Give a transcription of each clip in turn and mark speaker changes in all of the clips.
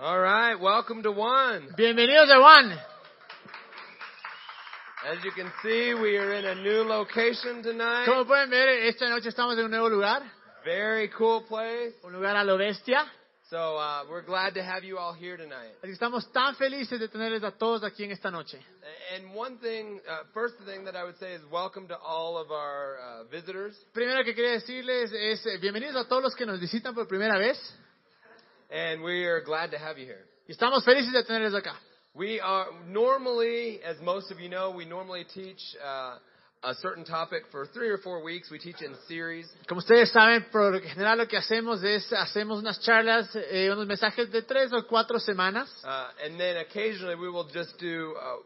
Speaker 1: All right, welcome to one.
Speaker 2: Bienvenidos a Juan.
Speaker 1: As you can see, we are in a new location tonight.
Speaker 2: Como pueden ver, esta noche estamos en un nuevo lugar,
Speaker 1: Very cool place.
Speaker 2: un lugar a lo bestia.
Speaker 1: So uh, we're glad to have you all here tonight.
Speaker 2: Así que estamos tan felices de tenerles a todos aquí en esta noche.
Speaker 1: And one thing, uh, first thing that I would say is welcome to all of our uh, visitors.
Speaker 2: Primero que quería decirles es eh, bienvenidos a todos los que nos visitan por primera vez.
Speaker 1: And we are glad to have you here.
Speaker 2: Y estamos felices de tenerles acá.
Speaker 1: We are normally, as most of you know, we normally teach uh, a certain topic for three or four weeks. We teach in series.
Speaker 2: Como ustedes saben, por lo general lo que hacemos es hacemos unas charlas, eh, unos mensajes de tres o cuatro semanas.
Speaker 1: Uh, and then occasionally we will just do uh,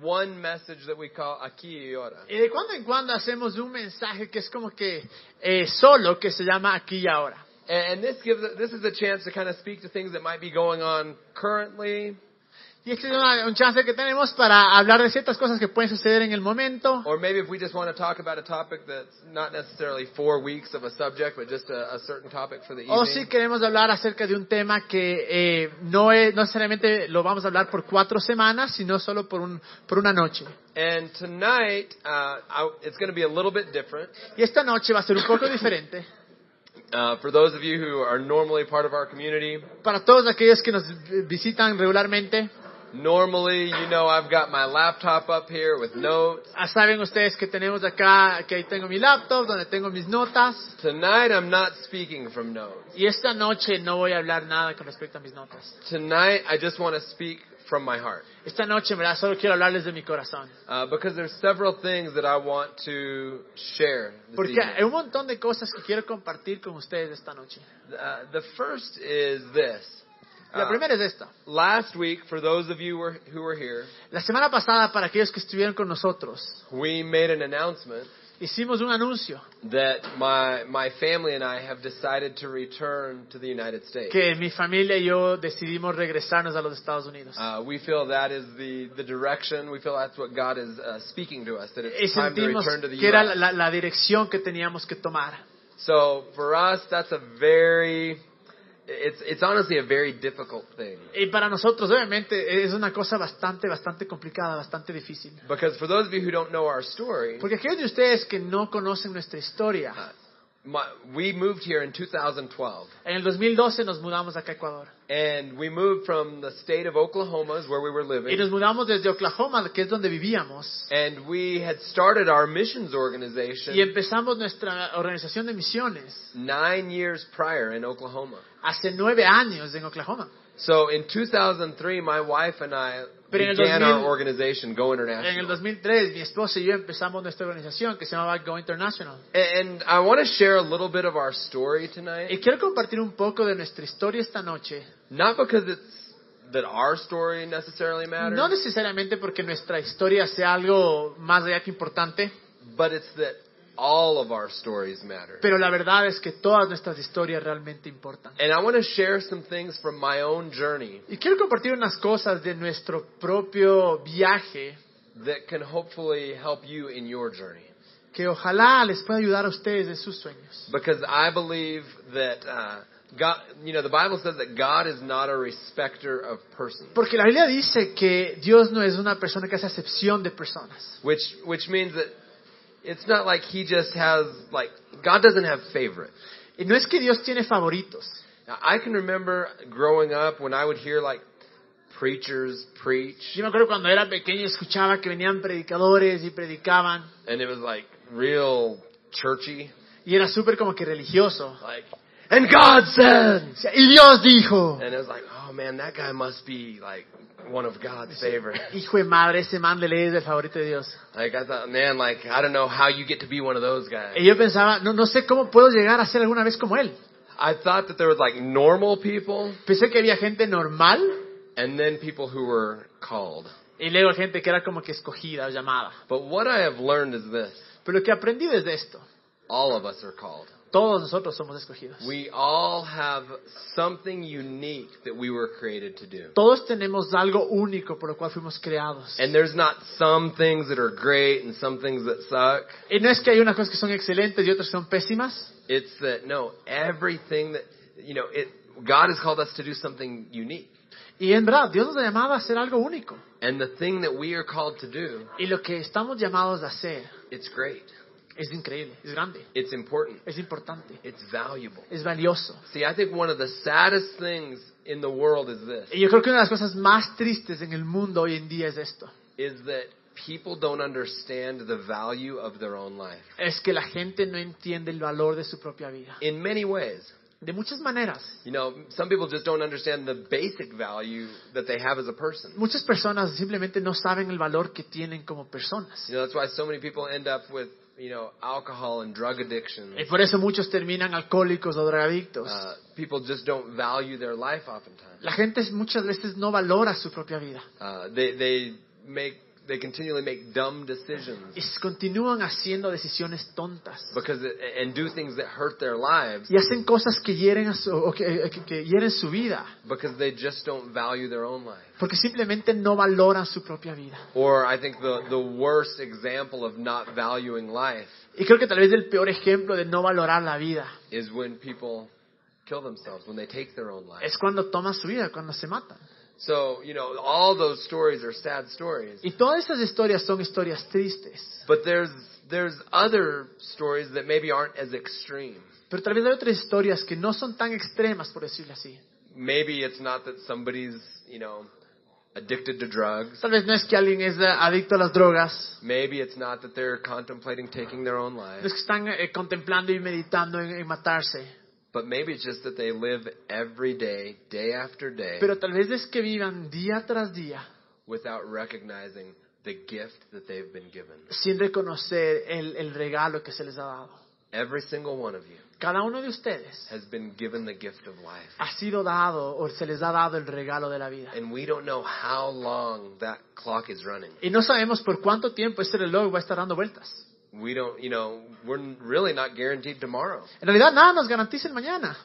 Speaker 1: one message that we call Aquí y Ahora.
Speaker 2: Y de cuando en cuando hacemos un mensaje que es como que eh, solo, que se llama aquí y ahora.
Speaker 1: And, and this gives this is a chance to kind of speak to things that might be going on currently,
Speaker 2: Y este es una- un chance que tenemos para hablar de ciertas cosas que pueden suceder en el momento.
Speaker 1: or maybe if we just want to talk about a topic that's not necessarily four weeks of a subject, but just a, a certain topic for the
Speaker 2: O si
Speaker 1: evening.
Speaker 2: queremos hablar acerca de un tema que eh, no, es, no necesariamente lo vamos a hablar por cuatro semanas, sino solo por, un, por una noche.
Speaker 1: And tonight uh, I, it's going to be a little bit different.
Speaker 2: Y esta noche va a ser un poco diferente
Speaker 1: Uh, for those of you who are normally part of our community,
Speaker 2: para todos aquellos que nos eh, visitan regularmente.
Speaker 1: normally you know I've got my laptop up here with notes.
Speaker 2: Ah, Saben ustedes que tenemos acá, que ahí tengo mi laptop, donde tengo mis notas.
Speaker 1: Tonight I'm not speaking from notes.
Speaker 2: Y esta noche no voy a hablar nada con respecto a mis notas.
Speaker 1: Tonight I just want to speak from my heart.
Speaker 2: Esta noche, en verdad, solo quiero hablarles de mi corazón.
Speaker 1: Uh, because there's several things that I want to share. this
Speaker 2: Porque
Speaker 1: evening.
Speaker 2: hay un montón de cosas que quiero compartir con ustedes esta noche.
Speaker 1: Uh, the first is this.
Speaker 2: La
Speaker 1: Uh,
Speaker 2: primera es esta.
Speaker 1: last week, for those of you were, who were here,
Speaker 2: La semana pasada, para aquellos que estuvieron con nosotros,
Speaker 1: we made an announcement
Speaker 2: hicimos un anuncio
Speaker 1: that my my family and I have decided to return to the United States.
Speaker 2: que mi familia y yo decidimos regresarnos a los Estados Unidos.
Speaker 1: Uh, we feel that is the, the direction. We feel that's what God is uh, speaking to us, that
Speaker 2: Y
Speaker 1: it's time to
Speaker 2: sentimos
Speaker 1: return to the
Speaker 2: que era
Speaker 1: US.
Speaker 2: la, la dirección que teníamos que tomar.
Speaker 1: So for us, that's a very, it's, it's honestly a very difficult thing.
Speaker 2: Y para nosotros, obviamente, es una cosa bastante, bastante complicada, bastante difícil.
Speaker 1: Because for those of you who don't know our story,
Speaker 2: Porque aquellos de ustedes que no conocen nuestra historia,
Speaker 1: uh, my, we moved here in 2012.
Speaker 2: en el 2012 nos mudamos acá a Ecuador.
Speaker 1: And we moved from the state of Oklahoma, is where we were
Speaker 2: Y
Speaker 1: living.
Speaker 2: nos mudamos desde Oklahoma, que es donde vivíamos,
Speaker 1: And we had started our missions
Speaker 2: y
Speaker 1: organization
Speaker 2: empezamos nuestra organización de misiones
Speaker 1: nine years prior in Oklahoma.
Speaker 2: hace nueve años en Oklahoma.
Speaker 1: So in 2003, my wife and I
Speaker 2: Pero en el
Speaker 1: began our
Speaker 2: 2000
Speaker 1: organization, Go
Speaker 2: En el
Speaker 1: International.
Speaker 2: 2003, mi esposa y yo empezamos nuestra organización que se llamaba Go International.
Speaker 1: And I want to share a little bit of our story tonight.
Speaker 2: Y quiero compartir un poco de nuestra historia esta noche.
Speaker 1: Not because it's that our story necessarily matters,
Speaker 2: No necesariamente porque nuestra historia sea algo más allá que importante,
Speaker 1: but it's that all of our stories matter.
Speaker 2: pero la verdad es que todas nuestras historias realmente importan.
Speaker 1: And I want to share some things from my own journey
Speaker 2: Y quiero compartir unas cosas de nuestro propio viaje
Speaker 1: that can hopefully help you in your journey.
Speaker 2: que ojalá les pueda ayudar a ustedes en sus sueños.
Speaker 1: Because I believe that uh, God, you know, the Bible says that God is not a respecter of persons,
Speaker 2: Porque la Biblia dice que Dios no es una persona que hace acepción de personas.
Speaker 1: which which means that it's not like He just has like God doesn't have favorites.
Speaker 2: Y no es que Dios tiene favoritos.
Speaker 1: Now, I can remember growing up when I would hear like preachers preach,
Speaker 2: Yo me acuerdo cuando era pequeño escuchaba que venían predicadores y predicaban
Speaker 1: and it was like real churchy,
Speaker 2: y era súper como que religioso.
Speaker 1: like, and God said,
Speaker 2: O sea, Y Dios dijo,
Speaker 1: and it was like, oh man, that guy must be like one of God's favorites.
Speaker 2: hijo de madre, ese man de ley es el favorito de Dios.
Speaker 1: Like I thought, man, like I don't know how you get to be one of those guys.
Speaker 2: Y yo pensaba, no, no sé cómo puedo llegar a ser alguna vez como él.
Speaker 1: I thought that there was like normal people
Speaker 2: Pensé que había gente normal
Speaker 1: and then people who were called.
Speaker 2: y luego gente que era como que escogida o llamada.
Speaker 1: But what I have learned is this.
Speaker 2: Pero lo que aprendí desde esto,
Speaker 1: All of us are called.
Speaker 2: todos nosotros somos escogidos.
Speaker 1: We all have something unique that we were created to do.
Speaker 2: Todos tenemos algo único por lo cual fuimos creados.
Speaker 1: And there's not some things that are great and some things that suck.
Speaker 2: Y no es que hay unas cosas que son excelentes y otras que son pésimas,
Speaker 1: It's that no, everything that you know, it God has called us to do something unique.
Speaker 2: Y en verdad, Dios nos llamaba a hacer algo único.
Speaker 1: And the thing that we are called to do,
Speaker 2: Y lo que estamos llamados a hacer
Speaker 1: it's great.
Speaker 2: es increíble, es grande,
Speaker 1: It's important.
Speaker 2: es importante,
Speaker 1: It's valuable.
Speaker 2: es valioso.
Speaker 1: See, I think one of the saddest things in the world is this,
Speaker 2: Y yo creo que una de las cosas más tristes en el mundo hoy en día es esto.
Speaker 1: is that people don't understand the value of their own life.
Speaker 2: Es que la gente no entiende el valor de su propia vida.
Speaker 1: In many ways.
Speaker 2: De muchas maneras.
Speaker 1: You know, some people just don't understand the basic value that they have as a person.
Speaker 2: Muchas personas simplemente no saben el valor que tienen como personas.
Speaker 1: You know, that's why so many people end up with, you know, alcohol and drug addiction.
Speaker 2: Y por eso muchos terminan alcohólicos o drogadictos.
Speaker 1: Uh, people just don't value their life oftentimes.
Speaker 2: La gente es- muchas veces no valora su propia vida.
Speaker 1: Uh, they, they make, they continually make dumb decisions
Speaker 2: Y s- continúan haciendo decisiones tontas.
Speaker 1: because, it, and do things that hurt their lives
Speaker 2: Y hacen cosas que hieren, a su, o que- que- que hieren su vida.
Speaker 1: because they just don't value their own life.
Speaker 2: Porque simplemente no valoran su propia vida.
Speaker 1: Or I think the, the worst example of not valuing life
Speaker 2: Y creo que tal vez el peor ejemplo de no valorar la vida
Speaker 1: is when people kill themselves, when they take their own life.
Speaker 2: es cuando toman su vida, cuando se matan.
Speaker 1: So, you know, all those stories are sad stories.
Speaker 2: Y todas esas historias son historias tristes.
Speaker 1: But there's, there's other stories that maybe aren't as extreme.
Speaker 2: Pero tal vez hay otras historias que no son tan extremas, por decirlo así.
Speaker 1: Maybe it's not that somebody's, you know, addicted to drugs.
Speaker 2: Tal vez no es que alguien es eh, adicto a las drogas,
Speaker 1: Maybe it's not that they're contemplating taking their own
Speaker 2: no
Speaker 1: life.
Speaker 2: es que están eh, contemplando y meditando en, en matarse.
Speaker 1: But maybe it's just that they live every day, day after day,
Speaker 2: Pero tal vez es que vivan día tras día
Speaker 1: without recognizing the gift that they've been given.
Speaker 2: sin reconocer el, el regalo que se les ha dado.
Speaker 1: Every single one of you
Speaker 2: Cada uno de ustedes
Speaker 1: has been given the gift of life.
Speaker 2: ha sido dado o se les ha dado el regalo de la vida.
Speaker 1: And we don't know how long that clock is running.
Speaker 2: Y no sabemos por cuánto tiempo este reloj va a estar dando vueltas.
Speaker 1: We don't, you know, we're really not guaranteed tomorrow.
Speaker 2: En realidad nada nos garantiza el mañana.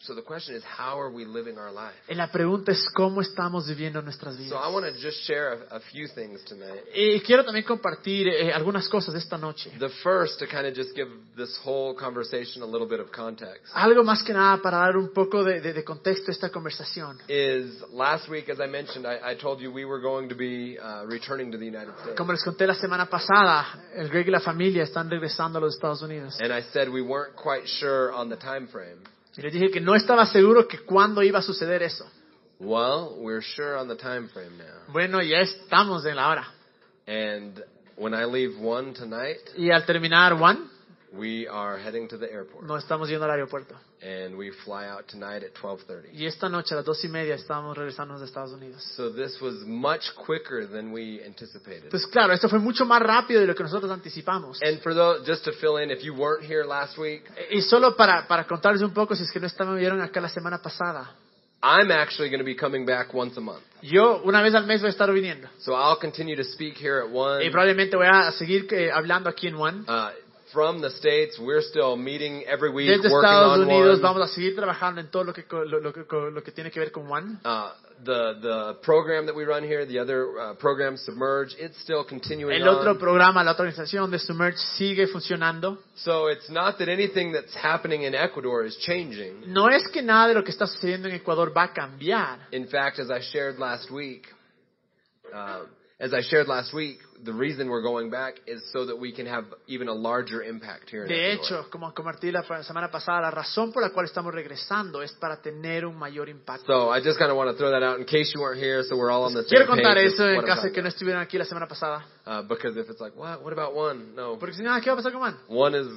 Speaker 1: So the question is, how are we living our life?
Speaker 2: Y la pregunta es cómo estamos viviendo nuestras
Speaker 1: So I
Speaker 2: vidas.
Speaker 1: want to just share a, a few things tonight.
Speaker 2: Y quiero también compartir eh, algunas cosas esta noche.
Speaker 1: The first, to kind of just give this whole conversation a little bit of context,
Speaker 2: Algo más que nada para dar un poco de, de- de contexto a esta conversación.
Speaker 1: is last week, as I mentioned, I, I told you we were going to be uh, returning to the United States.
Speaker 2: Como les conté la semana pasada, el Greg y la familia están regresando a los Estados Unidos.
Speaker 1: And I said we weren't quite sure on the time frame.
Speaker 2: Y les dije que no estaba seguro que cuándo iba a suceder eso.
Speaker 1: Well, we're sure on the time frame now.
Speaker 2: Bueno, ya estamos en la hora.
Speaker 1: And when I leave one tonight,
Speaker 2: Y al terminar, Juan,
Speaker 1: We are heading to the airport,
Speaker 2: no estamos yendo al aeropuerto.
Speaker 1: and we fly out tonight at 12:30.
Speaker 2: Y esta noche a las dos y media estamos regresando a los Estados Unidos.
Speaker 1: So this was much quicker than we anticipated.
Speaker 2: Entonces, Pues claro, esto fue mucho más rápido de lo que nosotros anticipamos.
Speaker 1: And for those, just to fill in, if you weren't here last week,
Speaker 2: Y solo para, para contarles un poco, si es que no estaban, vieron acá la semana pasada.
Speaker 1: I'm actually going to be coming back once a month.
Speaker 2: Yo una vez al mes voy a estar viniendo.
Speaker 1: So I'll continue to speak here at one.
Speaker 2: Y probablemente voy a seguir eh, hablando aquí en One.
Speaker 1: Uh, from the states, we're still meeting every week,
Speaker 2: Desde
Speaker 1: working
Speaker 2: Estados
Speaker 1: on
Speaker 2: Unidos
Speaker 1: one.
Speaker 2: vamos a seguir trabajando en todo lo que, co- lo, lo que, co- lo que tiene que ver con One.
Speaker 1: Uh, the the program that we run here, the other uh, program, Submerge, it's still continuing
Speaker 2: El otro
Speaker 1: on.
Speaker 2: programa, la otra organización de Submerge sigue funcionando.
Speaker 1: So it's not that anything that's happening in Ecuador is changing.
Speaker 2: No es que nada de lo que está sucediendo en Ecuador va a cambiar.
Speaker 1: In fact, as I shared last week, uh, as I shared last week, the reason we're going back is so that we can have even a larger impact here in
Speaker 2: De
Speaker 1: Ecuador.
Speaker 2: hecho, como compartí la pa- semana pasada, la razón por la cual estamos regresando es para tener un mayor impacto.
Speaker 1: So I just kind of want to throw that out in case you weren't here, so we're all on the same
Speaker 2: Quiero
Speaker 1: page.
Speaker 2: contar
Speaker 1: with
Speaker 2: eso en
Speaker 1: what I'm
Speaker 2: caso de
Speaker 1: talking
Speaker 2: que no
Speaker 1: about.
Speaker 2: estuvieran aquí la semana pasada.
Speaker 1: Uh, because if it's like, what? What about one? No,
Speaker 2: Porque si no, ¿qué va a pasar con Juan?
Speaker 1: one is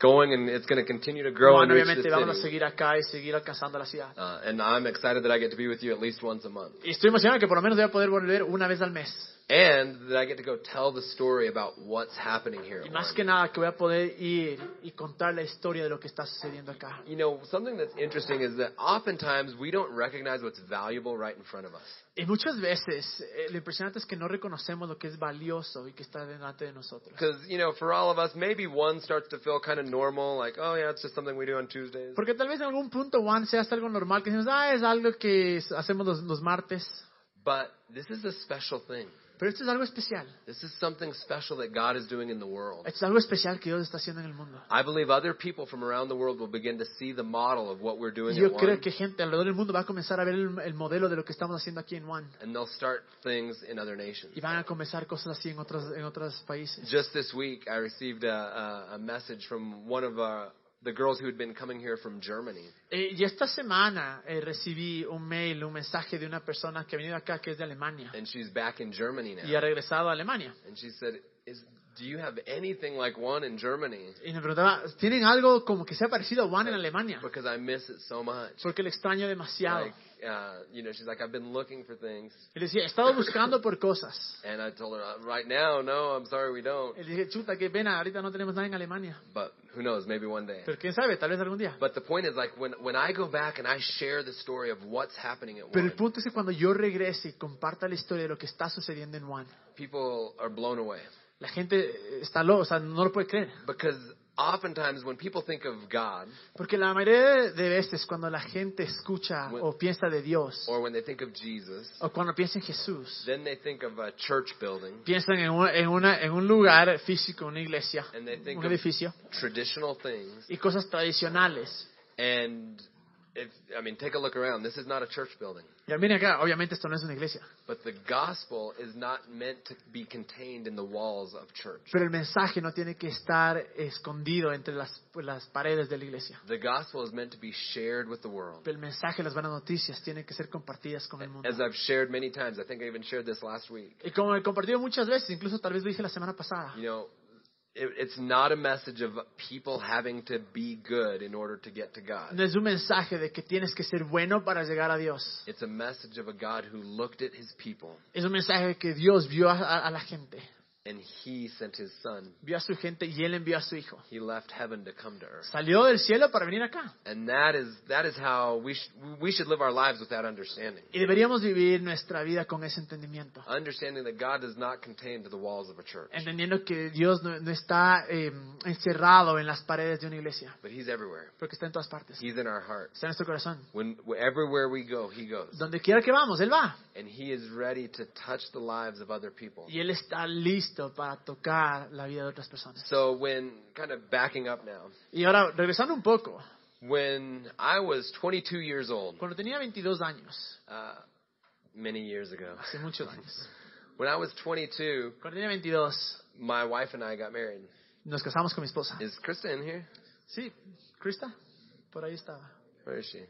Speaker 1: going and it's going to continue to grow
Speaker 2: Juan,
Speaker 1: and reach the
Speaker 2: obviamente vamos a
Speaker 1: city.
Speaker 2: seguir acá y seguir alcanzando la ciudad.
Speaker 1: Uh, and I'm excited that I get to be with you at least once a month,
Speaker 2: Y estoy emocionado que por lo menos voy a poder volver una vez al mes.
Speaker 1: and that I get to go tell the story about what's happening here.
Speaker 2: Y
Speaker 1: At
Speaker 2: más
Speaker 1: One.
Speaker 2: que nada que voy a poder ir y contar la historia de lo que está sucediendo acá.
Speaker 1: You know, something that's interesting is that oftentimes we don't recognize what's valuable right in front of us.
Speaker 2: Y muchas veces eh, lo impresionante es que no reconocemos lo que es valioso y que está delante de nosotros.
Speaker 1: Because, you know, for all of us, maybe one starts to feel kind of normal, like, oh, yeah, it's just something we do on Tuesdays.
Speaker 2: Porque tal vez en algún punto, Juan, sea hasta algo normal, que decimos, ah, es algo que s- hacemos los, los martes.
Speaker 1: But this is a special thing.
Speaker 2: Pero esto es algo especial.
Speaker 1: This is something special that God is doing in the world.
Speaker 2: Esto es algo especial que Dios está haciendo en el mundo.
Speaker 1: I believe other people from around the world will begin to see the model of what we're doing
Speaker 2: Yo
Speaker 1: at
Speaker 2: creo
Speaker 1: one,
Speaker 2: que gente alrededor del mundo va a comenzar a ver el, el modelo de lo que estamos haciendo aquí en One.
Speaker 1: and they'll start things in other nations.
Speaker 2: Y van a comenzar cosas así en otros, en otros países.
Speaker 1: Just this week, I received a, a, a message from one of our, the girls who had been coming here from Germany.
Speaker 2: Eh, y esta semana eh, recibí un mail, un mensaje de una persona que ha venido acá, que es de Alemania.
Speaker 1: And she's back in Germany now.
Speaker 2: Y ha regresado a Alemania.
Speaker 1: And she said, Is, Do you have anything like one in Germany?
Speaker 2: Y me preguntaba, ¿tienen algo como que sea parecido a One en Alemania?
Speaker 1: Because I miss it so much.
Speaker 2: Porque le extraño demasiado.
Speaker 1: Like, uh, you know, she's like, I've been looking for things.
Speaker 2: Y le decía, he estado buscando por cosas.
Speaker 1: And I told her, "Uh, right now, no, I'm sorry, we don't.
Speaker 2: Y le dije, chuta, qué pena, ahorita no tenemos nada en Alemania.
Speaker 1: But who knows, maybe one day.
Speaker 2: Pero quién sabe, tal vez algún día.
Speaker 1: But the point is, like, when, when I go back and I share the story of what's happening at
Speaker 2: Pero el
Speaker 1: one,
Speaker 2: punto es que cuando yo regrese y comparta la historia de lo que está sucediendo en One,
Speaker 1: people are blown away.
Speaker 2: la gente eh, está loca, o sea, no lo puede creer.
Speaker 1: Because oftentimes when people think of God,
Speaker 2: Porque la mayoría de- de veces cuando la gente escucha
Speaker 1: Bueno.
Speaker 2: o piensa de Dios,
Speaker 1: or when they think of Jesus,
Speaker 2: o cuando piensa en Jesús,
Speaker 1: then they think of a church building,
Speaker 2: piensan en un, en una- en un lugar físico, una iglesia,
Speaker 1: And they think
Speaker 2: un
Speaker 1: of-
Speaker 2: edificio,
Speaker 1: traditional things.
Speaker 2: y cosas tradicionales.
Speaker 1: And if, I mean, take a look around. This is not a church building.
Speaker 2: Ya miren acá, obviamente esto no es una iglesia,
Speaker 1: But the gospel is not meant to be contained in the walls of church.
Speaker 2: pero el mensaje no tiene que estar escondido entre las, pues, las paredes de la iglesia.
Speaker 1: The gospel is meant to be shared with the world.
Speaker 2: Pero el mensaje, las buenas noticias, tienen que ser compartidas con el mundo.
Speaker 1: As I've shared many times, I think I even shared this last week.
Speaker 2: Y como he compartido muchas veces, incluso tal vez lo dije la semana pasada,
Speaker 1: You know, it, it's not a message of people having to be good in order to get to God.
Speaker 2: no es un mensaje de que tienes que ser bueno para llegar a Dios.
Speaker 1: It's a message of a God who looked at his people
Speaker 2: Es un mensaje que Dios vio a, a- a la gente,
Speaker 1: and he sent his son.
Speaker 2: vio a su gente y Él envió a su hijo.
Speaker 1: He left heaven to come to earth.
Speaker 2: Salió del cielo para venir acá.
Speaker 1: And that is, that is how we, sh- we should live our lives with that understanding.
Speaker 2: Y deberíamos vivir nuestra vida con ese entendimiento.
Speaker 1: Understanding that God does not contain to the walls of a church,
Speaker 2: Entendiendo que Dios no, no está eh, encerrado en las paredes de una iglesia,
Speaker 1: but he's everywhere.
Speaker 2: porque está en todas partes.
Speaker 1: He's in our heart.
Speaker 2: Está en nuestro corazón.
Speaker 1: When everywhere we go, he goes,
Speaker 2: Donde quiera que vamos, Él va.
Speaker 1: and he is ready to touch the lives of other people.
Speaker 2: Y Él está listo para tocar la vida de otras personas.
Speaker 1: So when kind of backing up now,
Speaker 2: Y ahora, regresando un poco,
Speaker 1: when I was 22 years old,
Speaker 2: Cuando tenía 22 años,
Speaker 1: uh, many years ago,
Speaker 2: hace muchos años,
Speaker 1: when I was 22,
Speaker 2: cuando tenía 22,
Speaker 1: my wife and I got married.
Speaker 2: nos casamos con mi esposa.
Speaker 1: Is Krista in here?
Speaker 2: Sí, Krista, por ahí estaba.
Speaker 1: Where is she?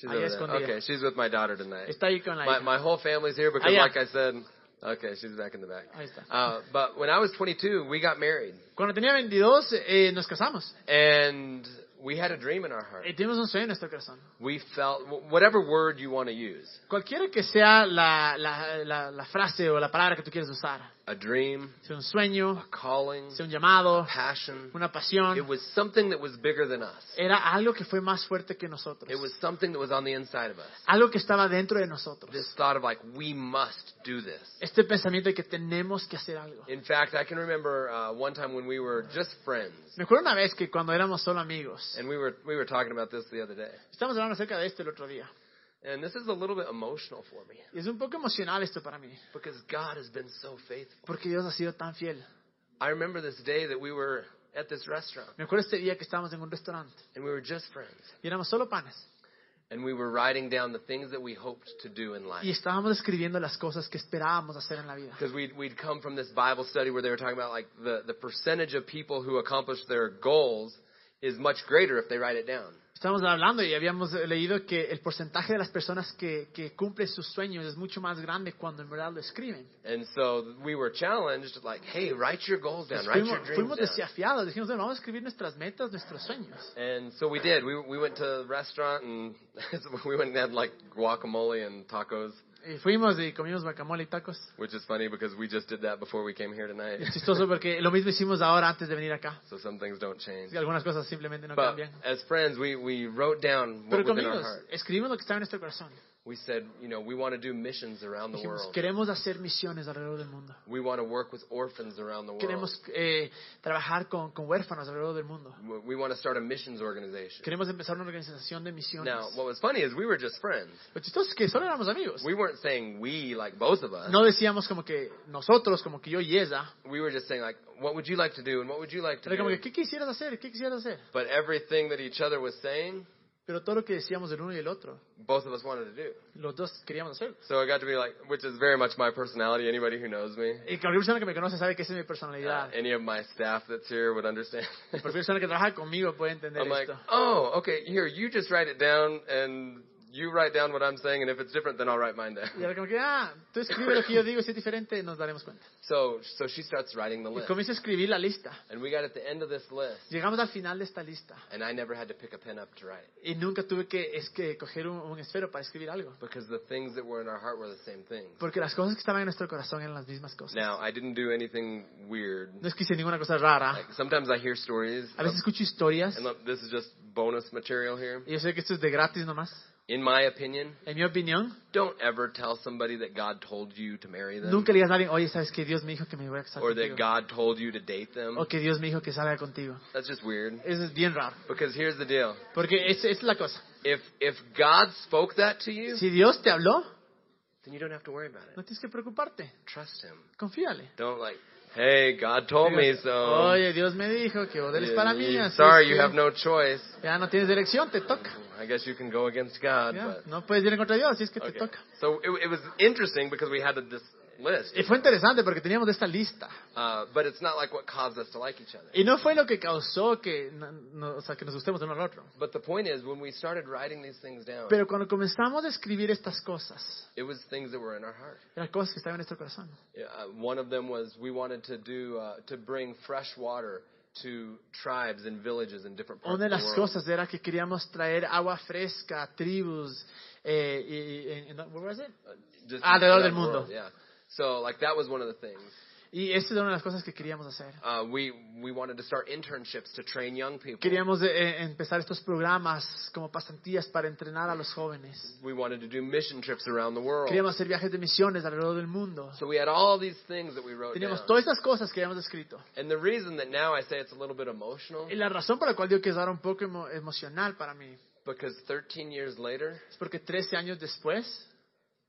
Speaker 1: She's
Speaker 2: Ahí
Speaker 1: over there.
Speaker 2: escondida.
Speaker 1: Okay, she's with my daughter tonight.
Speaker 2: Ah, Está ahí con la Ah,
Speaker 1: My,
Speaker 2: hija.
Speaker 1: my whole family's here because,
Speaker 2: Allá.
Speaker 1: like I said, okay, she's back in the back.
Speaker 2: Ahí está.
Speaker 1: Uh, but when I was 22, we got married,
Speaker 2: Cuando tenía 22, eh, nos casamos.
Speaker 1: and we had a dream in our heart.
Speaker 2: Eh, tuvimos un sueño en nuestro corazón.
Speaker 1: We felt wh- whatever word you want to use,
Speaker 2: Cualquiera que sea la, la, la, la frase o la palabra que tú quieres usar,
Speaker 1: a dream,
Speaker 2: sea un
Speaker 1: a
Speaker 2: sueño,
Speaker 1: calling,
Speaker 2: sea un llamado,
Speaker 1: passion.
Speaker 2: una
Speaker 1: It
Speaker 2: pasión,
Speaker 1: was something that was bigger than us.
Speaker 2: era algo que fue más fuerte que
Speaker 1: It
Speaker 2: nosotros.
Speaker 1: was something that was on the inside of us.
Speaker 2: Algo que estaba dentro de nosotros.
Speaker 1: This thought of like, we must do this.
Speaker 2: Este pensamiento de que tenemos que hacer algo.
Speaker 1: In fact, I can remember uh, one time when we were just friends,
Speaker 2: Me acuerdo una vez que cuando éramos solo amigos,
Speaker 1: and we were we were talking about this the other day.
Speaker 2: Estamos hablando acerca de esto el otro día.
Speaker 1: And this is a little bit emotional for me
Speaker 2: Y es un poco emocional esto para mí,
Speaker 1: because God has been so faithful.
Speaker 2: porque Dios ha sido tan fiel.
Speaker 1: I remember this day that we were at this restaurant
Speaker 2: Me acuerdo este día que estábamos en un restaurante
Speaker 1: and we were just friends
Speaker 2: y éramos solo panes.
Speaker 1: and we were writing down the things that we hoped to do in life.
Speaker 2: Y estábamos escribiendo las cosas que esperábamos hacer en la vida.
Speaker 1: Because we'd, we'd come from this Bible study where they were talking about like the, the percentage of people who accomplish their goals is much greater if they write it down.
Speaker 2: Estábamos hablando y habíamos leído que el porcentaje de las personas que, que cumplen sus sueños es mucho más grande cuando en verdad lo escriben.
Speaker 1: And so we were challenged like, hey, write your goals down,
Speaker 2: Entonces
Speaker 1: write your
Speaker 2: fuimos,
Speaker 1: dreams
Speaker 2: fuimos
Speaker 1: down.
Speaker 2: desafiados, dijimos, "Bueno, vamos a escribir nuestras metas, nuestros sueños.
Speaker 1: And so we did. We, we went to the restaurant and we went and had like guacamole and tacos,
Speaker 2: Y fuimos y comimos guacamole y tacos.
Speaker 1: which is funny because we just did that before we came here tonight.
Speaker 2: Es chistoso porque lo mismo hicimos ahora antes de venir acá.
Speaker 1: so some things don't change.
Speaker 2: Así que Algunas cosas simplemente no
Speaker 1: But
Speaker 2: cambian.
Speaker 1: as friends, we, we wrote down what
Speaker 2: Pero
Speaker 1: was in our
Speaker 2: conmigo,
Speaker 1: heart.
Speaker 2: escribimos lo que estaba en nuestro corazón.
Speaker 1: we said, you know, we want to do missions around the
Speaker 2: Dijimos,
Speaker 1: world.
Speaker 2: queremos hacer misiones alrededor del mundo.
Speaker 1: We want to work with orphans around the world.
Speaker 2: Queremos eh, trabajar con, con huérfanos alrededor del mundo.
Speaker 1: We- We want to start a missions organization.
Speaker 2: Queremos empezar una organización de misiones.
Speaker 1: Now, what was funny is we were just friends.
Speaker 2: Lo chistoso es que solo éramos amigos.
Speaker 1: We weren't saying we like both of us.
Speaker 2: No decíamos como que nosotros, como que yo y ella.
Speaker 1: We were just saying like, what would you like to do and what would you like to
Speaker 2: Era como
Speaker 1: do?
Speaker 2: que, ¿qué quisieras hacer? ¿Qué quisieras hacer?
Speaker 1: But everything that each other was saying,
Speaker 2: Pero todo lo que decíamos del uno y el otro,
Speaker 1: both of us wanted to do.
Speaker 2: los dos queríamos hacer.
Speaker 1: So it got to be like, which is very much my personality. Anybody who knows me,
Speaker 2: Y cualquier persona que me conoce sabe que esa es mi
Speaker 1: uh,
Speaker 2: personalidad.
Speaker 1: any of my staff that's here would understand.
Speaker 2: Cualquier persona que trabaja conmigo puede entender
Speaker 1: I'm like,
Speaker 2: esto.
Speaker 1: oh, okay, here, you just write it down and you write down what I'm saying, and if it's different, then I'll write mine
Speaker 2: Y
Speaker 1: down.
Speaker 2: era como que, ah, tú escribe lo que yo digo, si es diferente, nos daremos cuenta.
Speaker 1: So, so she starts writing the
Speaker 2: Y
Speaker 1: list.
Speaker 2: comienzo a escribir la lista.
Speaker 1: And we got at the end of this list,
Speaker 2: Llegamos al final de esta lista.
Speaker 1: and I never had to pick a pen up to write it.
Speaker 2: Y nunca tuve que, es que coger un, un esfero para escribir algo.
Speaker 1: Because the things that were in our heart were the same things.
Speaker 2: Porque las cosas que estaban en nuestro corazón eran las mismas cosas.
Speaker 1: Now, I didn't do anything weird.
Speaker 2: No es que hice ninguna cosa
Speaker 1: Like,
Speaker 2: rara.
Speaker 1: sometimes I hear stories,
Speaker 2: A veces escucho historias.
Speaker 1: and look, this is just bonus material here.
Speaker 2: Y yo sé que esto es de gratis nomás.
Speaker 1: In my opinion,
Speaker 2: En mi opinión,
Speaker 1: don't ever tell somebody that God told you to marry them,
Speaker 2: nunca le digas a alguien, oye, ¿sabes que Dios me dijo que me voy a casar
Speaker 1: or that
Speaker 2: contigo?
Speaker 1: God told you to date them.
Speaker 2: O que Dios me dijo que salga contigo.
Speaker 1: That's just weird.
Speaker 2: Eso es bien raro.
Speaker 1: Because here's the deal:
Speaker 2: Porque es, es la cosa.
Speaker 1: if if God spoke that to you,
Speaker 2: Si Dios te habló,
Speaker 1: then you don't have to worry about it.
Speaker 2: no tienes que preocuparte.
Speaker 1: Trust Him.
Speaker 2: Confíale.
Speaker 1: Don't like, hey, God told me
Speaker 2: Digas,
Speaker 1: so.
Speaker 2: Oye, Dios me dijo que vos eres
Speaker 1: You-
Speaker 2: para mí.
Speaker 1: you-
Speaker 2: así
Speaker 1: sorry,
Speaker 2: es
Speaker 1: you
Speaker 2: que
Speaker 1: have no choice.
Speaker 2: Ya no tienes dirección, te toca.
Speaker 1: I guess you can go against God,
Speaker 2: Ya,
Speaker 1: but
Speaker 2: no puedes ir en contra de Dios, así es que
Speaker 1: okay.
Speaker 2: te toca.
Speaker 1: So it, it was interesting because we had this list,
Speaker 2: Y fue interesante porque teníamos esta lista.
Speaker 1: uh, but it's not like what caused us to like each other.
Speaker 2: Y no fue lo que causó que, no- no- o sea, que nos gustemos el uno al otro.
Speaker 1: But the point is, when we started writing these things down,
Speaker 2: Pero cuando comenzamos a escribir estas cosas,
Speaker 1: it was things that were in our heart.
Speaker 2: eran cosas que estaban en nuestro corazón.
Speaker 1: Yeah, Uh, one of them was we wanted to do uh, to bring fresh water to tribes and villages in different parts
Speaker 2: Una Oh, de
Speaker 1: of the
Speaker 2: las
Speaker 1: world.
Speaker 2: cosas era que queríamos traer agua fresca a tribus eh, y, y- en- en- where was it?
Speaker 1: Uh, just throughout
Speaker 2: Alrededor Ah, del
Speaker 1: the
Speaker 2: mundo.
Speaker 1: world, Yeah. So like that was one of the things.
Speaker 2: Y esa es una de las cosas que queríamos hacer.
Speaker 1: Uh, we we wanted to start internships to train young people.
Speaker 2: Queríamos eh, empezar estos programas como pasantías para entrenar a los jóvenes.
Speaker 1: We wanted to do mission trips around the world.
Speaker 2: Queríamos hacer viajes de misiones alrededor del mundo.
Speaker 1: So we had all these things that we wrote down.
Speaker 2: Teníamos todas estas cosas que habíamos escrito.
Speaker 1: And the reason that now I say it's a little bit emotional
Speaker 2: Y la razón por la cual digo que es ahora un poco emo- emocional para mí
Speaker 1: because 13 years later
Speaker 2: es porque 13 años después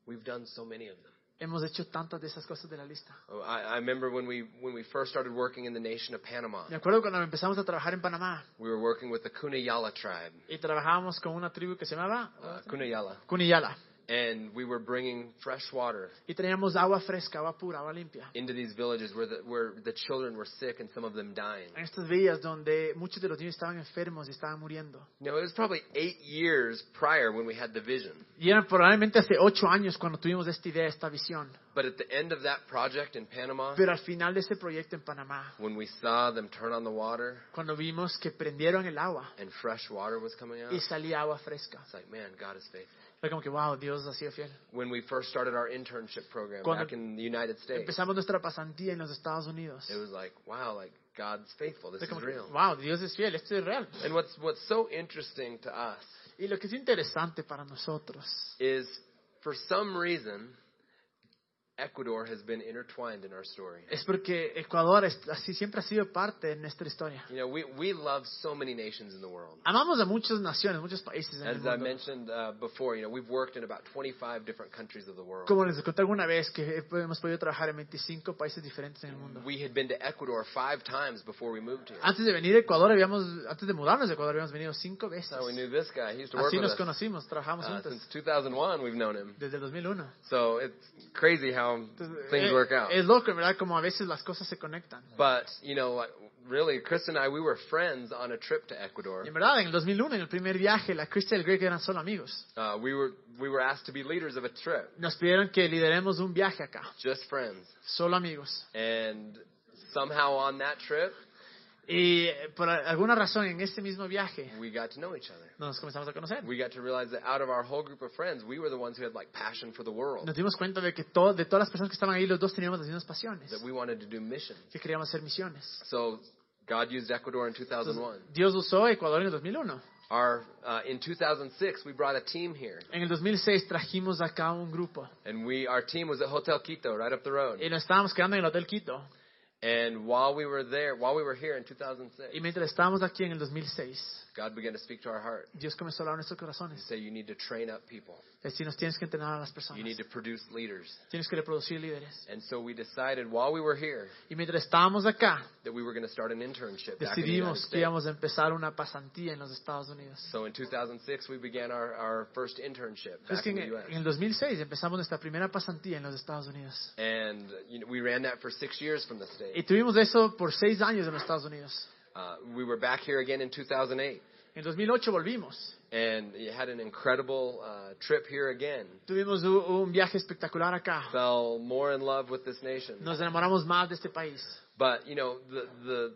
Speaker 1: we've done so many of them.
Speaker 2: hemos hecho tantas de esas cosas de la lista.
Speaker 1: Oh, I, I remember when we when we first started working in the nation of Panama.
Speaker 2: Me acuerdo cuando empezamos a trabajar en Panamá
Speaker 1: We were working with the Kunayala tribe,
Speaker 2: y trabajábamos con una tribu que se llamaba
Speaker 1: uh, Kunayala,
Speaker 2: Cunillala.
Speaker 1: and we were bringing fresh water
Speaker 2: y teníamos agua fresca, agua pura, agua limpia.
Speaker 1: into these villages where the, where the children were sick and some of them dying.
Speaker 2: En estas villas donde muchos de los niños estaban enfermos y estaban muriendo.
Speaker 1: You know, it was probably eight years prior when we had the vision.
Speaker 2: Y eran probablemente hace ocho años cuando tuvimos esta idea, esta visión.
Speaker 1: But at the end of that project in Panama,
Speaker 2: Pero al final de ese proyecto en Panamá,
Speaker 1: when we saw them turn on the water
Speaker 2: cuando vimos que prendieron el agua
Speaker 1: and fresh water was coming out,
Speaker 2: y
Speaker 1: it's
Speaker 2: salía agua fresca,
Speaker 1: like, man, God is faithful.
Speaker 2: fue como que, wow, Dios ha sido fiel.
Speaker 1: When we first started our internship program
Speaker 2: Cuando
Speaker 1: back in the United States,
Speaker 2: Empezamos nuestra pasantía en los Estados Unidos.
Speaker 1: it was like, wow, like God's faithful. This
Speaker 2: Fue
Speaker 1: is
Speaker 2: como que,
Speaker 1: real.
Speaker 2: wow, Dios es fiel, esto es real.
Speaker 1: And what's what's so interesting to us
Speaker 2: Y lo que es interesante para nosotros
Speaker 1: is for some reason Ecuador has been intertwined in our story.
Speaker 2: es porque Ecuador es- así siempre ha sido parte de nuestra historia.
Speaker 1: You know, we we love so many nations in the world.
Speaker 2: Amamos a muchas naciones, muchos países en el
Speaker 1: As I
Speaker 2: mundo.
Speaker 1: mentioned uh, before, you know, we've worked in about 25 different countries of the world.
Speaker 2: Como les conté alguna vez, que hemos podido trabajar en 25 países diferentes en el mundo.
Speaker 1: We had been to Ecuador five times before we moved here.
Speaker 2: Antes de venir a Ecuador, habíamos, antes de mudarnos de Ecuador, habíamos venido cinco veces.
Speaker 1: So we knew this guy. He used to work
Speaker 2: Así
Speaker 1: with
Speaker 2: nos
Speaker 1: us
Speaker 2: conocimos, trabajamos
Speaker 1: uh,
Speaker 2: juntos
Speaker 1: since 2001. We've known him.
Speaker 2: desde el 2001.
Speaker 1: So it's crazy how
Speaker 2: Entonces,
Speaker 1: things
Speaker 2: eh,
Speaker 1: work out.
Speaker 2: Es loco, en ¿verdad? Como a veces las cosas se conectan.
Speaker 1: But you know, like, really, Chris and I, we were friends on a trip to Ecuador.
Speaker 2: Y en verdad, en el 2001, en el primer viaje, la Christy y el Greg eran solo amigos.
Speaker 1: Uh, we were we were asked to be leaders of a trip,
Speaker 2: Nos pidieron que lideremos un viaje acá,
Speaker 1: just friends.
Speaker 2: solo amigos.
Speaker 1: And somehow on that trip,
Speaker 2: Y eh, por a- alguna razón, en ese mismo viaje,
Speaker 1: we got to know each other.
Speaker 2: nos comenzamos a conocer.
Speaker 1: We got to realize that out of our whole group of friends, we were the ones who had like passion for the world,
Speaker 2: Nos dimos cuenta de que to- de todas las personas que estaban ahí, los dos teníamos las mismas pasiones,
Speaker 1: that we wanted to do missions.
Speaker 2: que queríamos hacer misiones.
Speaker 1: So God used Ecuador in 2001.
Speaker 2: Dios usó Ecuador en el 2001.
Speaker 1: Our, uh, in 2006, we brought a team here,
Speaker 2: En el 2006 trajimos acá un grupo
Speaker 1: and we our team was at Hotel Quito, right up the road.
Speaker 2: y nos estábamos quedando en el Hotel Quito.
Speaker 1: And while we were there, while we were here in
Speaker 2: Y
Speaker 1: 2006,
Speaker 2: mientras estábamos aquí en el 2006,
Speaker 1: God began to speak to our heart
Speaker 2: Dios comenzó a hablar en nuestros
Speaker 1: and
Speaker 2: corazones.
Speaker 1: say, "You need to train up people.
Speaker 2: Es decir, nos tienes que entrenar a las personas.
Speaker 1: You need to produce leaders."
Speaker 2: Tienes que reproducir líderes.
Speaker 1: And so we decided while we were here
Speaker 2: Y mientras estábamos acá,
Speaker 1: that we were going to start an internship back in the United
Speaker 2: decidimos que
Speaker 1: States.
Speaker 2: íbamos a empezar una pasantía en los Estados Unidos.
Speaker 1: So in 2006, we began our, our first internship
Speaker 2: Es
Speaker 1: back
Speaker 2: que
Speaker 1: in
Speaker 2: en,
Speaker 1: the
Speaker 2: en
Speaker 1: U.S.
Speaker 2: el 2006 empezamos nuestra primera pasantía en los Estados Unidos.
Speaker 1: And you know, we ran that for six years from the
Speaker 2: Y
Speaker 1: state.
Speaker 2: tuvimos eso por seis años en los Estados Unidos.
Speaker 1: Uh, we were back here again in 2008
Speaker 2: En 2008 volvimos.
Speaker 1: and you had an incredible uh, trip here again.
Speaker 2: Tuvimos u- un viaje espectacular acá.
Speaker 1: Fell more in love with this nation.
Speaker 2: Nos enamoramos más de este país.
Speaker 1: But you know the the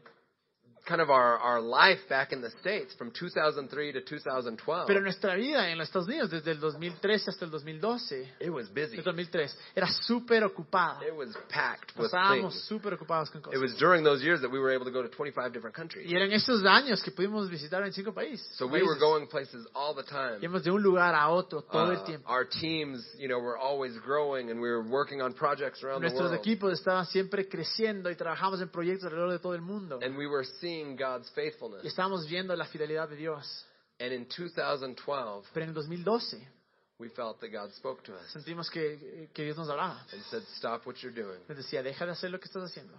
Speaker 1: kind of our our life back in the states from 2003 to 2012.
Speaker 2: Pero nuestra vida en los Estados Unidos, desde el 2013 hasta el 2012,
Speaker 1: It was busy.
Speaker 2: el 2003, era súper ocupada.
Speaker 1: It was packed with
Speaker 2: Estábamos
Speaker 1: things.
Speaker 2: súper ocupados con
Speaker 1: It
Speaker 2: cosas.
Speaker 1: was during those years that we were able to go to 25 different
Speaker 2: Y
Speaker 1: countries.
Speaker 2: eran esos años que pudimos visitar 25 países.
Speaker 1: So we were
Speaker 2: países.
Speaker 1: going places all the time.
Speaker 2: Íbamos de un lugar a otro todo el
Speaker 1: Uh,
Speaker 2: tiempo.
Speaker 1: our teams, you know, were always growing and we were working on projects around the
Speaker 2: Nuestros
Speaker 1: world.
Speaker 2: equipos estaban siempre creciendo y trabajamos en proyectos alrededor de todo el mundo.
Speaker 1: And we were seeing God's
Speaker 2: Y
Speaker 1: faithfulness.
Speaker 2: estábamos viendo la fidelidad de Dios.
Speaker 1: And in 2012,
Speaker 2: Pero en el 2012
Speaker 1: we felt that God spoke to us
Speaker 2: sentimos que, que Dios nos hablaba.
Speaker 1: and said, stop what you're doing.
Speaker 2: Nos decía, deja de hacer lo que estás haciendo.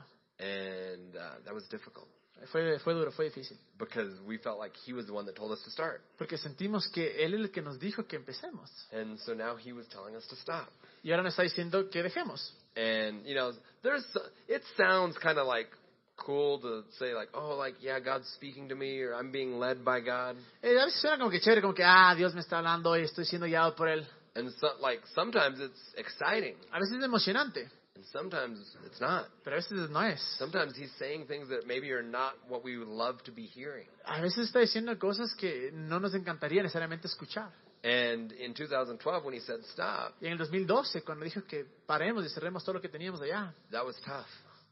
Speaker 1: And uh, that was difficult
Speaker 2: Fue, fue duro, fue difícil.
Speaker 1: because we felt like He was the one that told us to start.
Speaker 2: Porque sentimos que Él es el que nos dijo que empecemos.
Speaker 1: And so now He was telling us to stop.
Speaker 2: Y ahora nos está diciendo que dejemos.
Speaker 1: And, you know, there's, it sounds kind of like cool to say like, oh, like, yeah, God's speaking to me or I'm being led by God.
Speaker 2: Eh, a veces suena como que chévere, como que, ah, Dios me está hablando y estoy siendo guiado por Él.
Speaker 1: And so, like, sometimes it's exciting.
Speaker 2: A veces es emocionante,
Speaker 1: And sometimes it's not.
Speaker 2: pero a veces no es.
Speaker 1: Sometimes he's saying things that maybe are not what we would love to be hearing.
Speaker 2: A veces está diciendo cosas que no nos encantaría necesariamente escuchar.
Speaker 1: And in 2012, when he said stop,
Speaker 2: Y en el 2012, cuando dijo que paremos y cerremos todo lo que teníamos allá,
Speaker 1: that was tough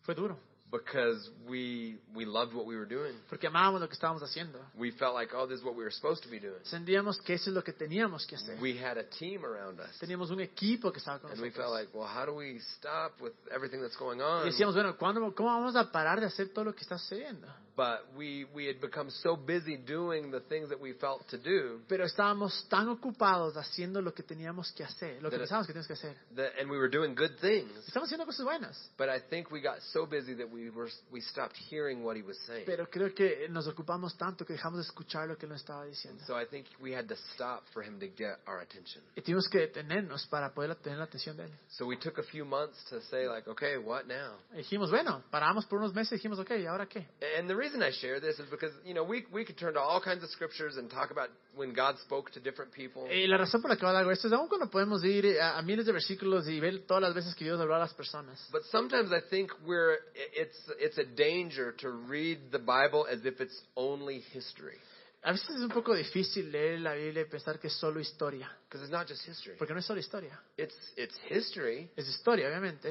Speaker 2: fue duro.
Speaker 1: because we we loved what we were doing.
Speaker 2: Porque amábamos lo que estábamos haciendo.
Speaker 1: We felt like, oh, this is what we were supposed to be doing.
Speaker 2: Sentíamos que eso es lo que teníamos que hacer.
Speaker 1: We had a team around us,
Speaker 2: Teníamos un equipo que estaba con
Speaker 1: and we felt
Speaker 2: nosotros.
Speaker 1: like, "Oh, well, how do we stop with everything that's going
Speaker 2: Y
Speaker 1: on?
Speaker 2: decíamos, bueno, ¿cuándo, ¿cómo vamos a parar de hacer todo lo que está sucediendo?
Speaker 1: But we we had become so busy doing the things that we felt to do,
Speaker 2: Pero estábamos tan ocupados haciendo lo que teníamos que hacer, lo que pensábamos que teníamos que hacer.
Speaker 1: that, and we were doing good things.
Speaker 2: Estamos haciendo cosas buenas,
Speaker 1: But I think we got so busy that we were we stopped hearing what he was saying.
Speaker 2: pero creo que nos ocupamos tanto que dejamos de escuchar lo que él nos estaba diciendo.
Speaker 1: So I think we had to stop for him to get our attention.
Speaker 2: Y tuvimos que detenernos para poder tener la atención de él.
Speaker 1: So we took a few months to say like, okay, what now?
Speaker 2: Dijimos, bueno, paramos por unos meses y dijimos, ok, ¿y ahora qué?
Speaker 1: And the reason I share this is because you know we we could turn to all kinds of scriptures and talk about when God spoke to different people.
Speaker 2: Y Eh, la razón por la que hago esto es aún cuando podemos ir eh, a, a miles de versículos y ver todas las veces que Dios habló a las personas.
Speaker 1: But sometimes I think we're it's it's a danger to read the Bible as if it's only history
Speaker 2: A veces es un poco difícil leer la Biblia y pensar que es solo historia,
Speaker 1: because it's not just history.
Speaker 2: porque no es solo historia.
Speaker 1: It's it's history
Speaker 2: Es historia, obviamente,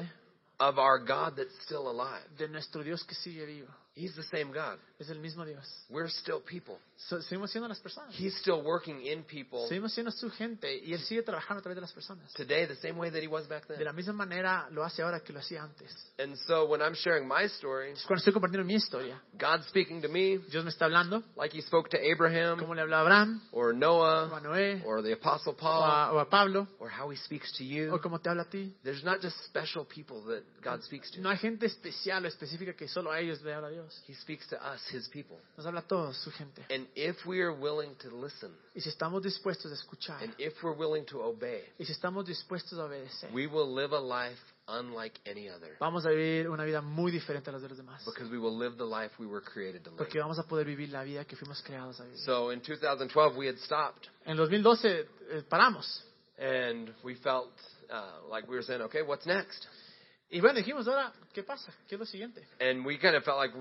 Speaker 1: of our God that's still alive.
Speaker 2: de nuestro Dios que sigue vivo.
Speaker 1: He's the same God.
Speaker 2: Es el mismo Dios.
Speaker 1: We're still people.
Speaker 2: So- seguimos siendo las personas.
Speaker 1: He's still working in people
Speaker 2: Seguimos siendo su gente y Él sigue trabajando a través de las personas.
Speaker 1: today the same way that he was back then.
Speaker 2: De la misma manera lo hace ahora que lo hacía antes.
Speaker 1: And so when I'm sharing my story,
Speaker 2: Es cuando estoy compartiendo mi historia.
Speaker 1: God's speaking to me
Speaker 2: Dios me está hablando,
Speaker 1: like he spoke to Abraham
Speaker 2: como le habló a Abraham,
Speaker 1: or
Speaker 2: o a
Speaker 1: Noah
Speaker 2: Noé,
Speaker 1: or the Apostle
Speaker 2: o
Speaker 1: Paul
Speaker 2: a, o a Pablo,
Speaker 1: or how he speaks to
Speaker 2: o
Speaker 1: you.
Speaker 2: como te habla a ti.
Speaker 1: There's not just special people that God speaks
Speaker 2: No
Speaker 1: to.
Speaker 2: hay gente especial o específica que solo a ellos le habla Dios.
Speaker 1: He speaks to us, his people.
Speaker 2: Nos habla a todos, su gente.
Speaker 1: And if we are willing to listen
Speaker 2: Y si estamos dispuestos a escuchar,
Speaker 1: and if we're willing to obey,
Speaker 2: y si estamos dispuestos a obedecer,
Speaker 1: we will live a life unlike any other
Speaker 2: vamos a vivir una vida muy diferente a la de los demás.
Speaker 1: because we will live the life we were created to live.
Speaker 2: Porque vamos a poder vivir la vida que fuimos creados a vivir.
Speaker 1: So in 2012 we had stopped
Speaker 2: En 2012 eh, paramos.
Speaker 1: and we felt uh, like we were saying, okay, what's next?
Speaker 2: Y bueno, dijimos, ahora, ¿qué pasa? ¿Qué es lo siguiente?
Speaker 1: And we kind of felt like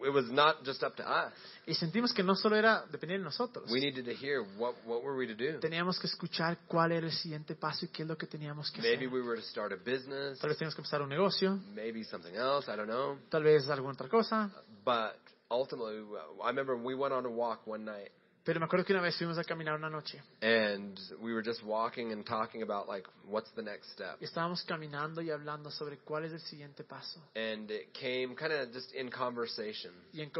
Speaker 1: it was not just up to us.
Speaker 2: Y sentimos que no solo era depender de nosotros.
Speaker 1: We needed to hear what what were we to do.
Speaker 2: Teníamos que escuchar cuál era el siguiente paso y qué es lo que teníamos que
Speaker 1: Maybe
Speaker 2: hacer.
Speaker 1: we were to start a business,
Speaker 2: Tal vez teníamos que empezar un negocio,
Speaker 1: maybe something else. I don't know.
Speaker 2: tal vez alguna otra cosa.
Speaker 1: uh, But ultimately, I remember we went on a walk one night
Speaker 2: Pero me acuerdo que una vez fuimos a caminar una noche.
Speaker 1: and we were just walking and talking about like what's the next step.
Speaker 2: Y estábamos caminando y hablando sobre cuál es el siguiente paso.
Speaker 1: And it came kind of just in conversation.
Speaker 2: Y en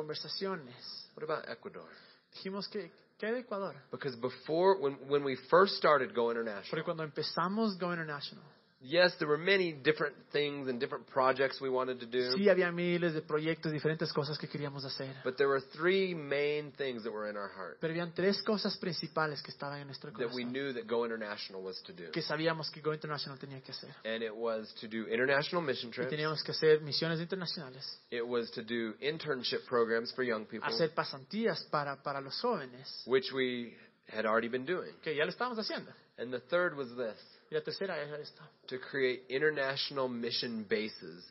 Speaker 2: conversaciones
Speaker 1: What about Ecuador?
Speaker 2: dijimos que, ¿qué de Ecuador?
Speaker 1: Because before when when we first started Go International,
Speaker 2: Porque cuando empezamos Go International,
Speaker 1: yes, there were many different things and different projects we wanted to do,
Speaker 2: sí había miles de proyectos, diferentes cosas que queríamos hacer.
Speaker 1: but there were three main things that were in our heart
Speaker 2: Pero habían tres cosas principales que estaban en nuestro
Speaker 1: that we
Speaker 2: corazón,
Speaker 1: knew that Go International was to do.
Speaker 2: que sabíamos que Go International tenía que hacer.
Speaker 1: And it was to do international mission
Speaker 2: Y
Speaker 1: trips.
Speaker 2: teníamos que hacer misiones internacionales,
Speaker 1: It was to do internship programs for young people,
Speaker 2: hacer pasantías para, para los jóvenes,
Speaker 1: which we had already been doing.
Speaker 2: que ya lo estábamos haciendo.
Speaker 1: And the third was this
Speaker 2: Y la tercera era esta.
Speaker 1: to create international mission bases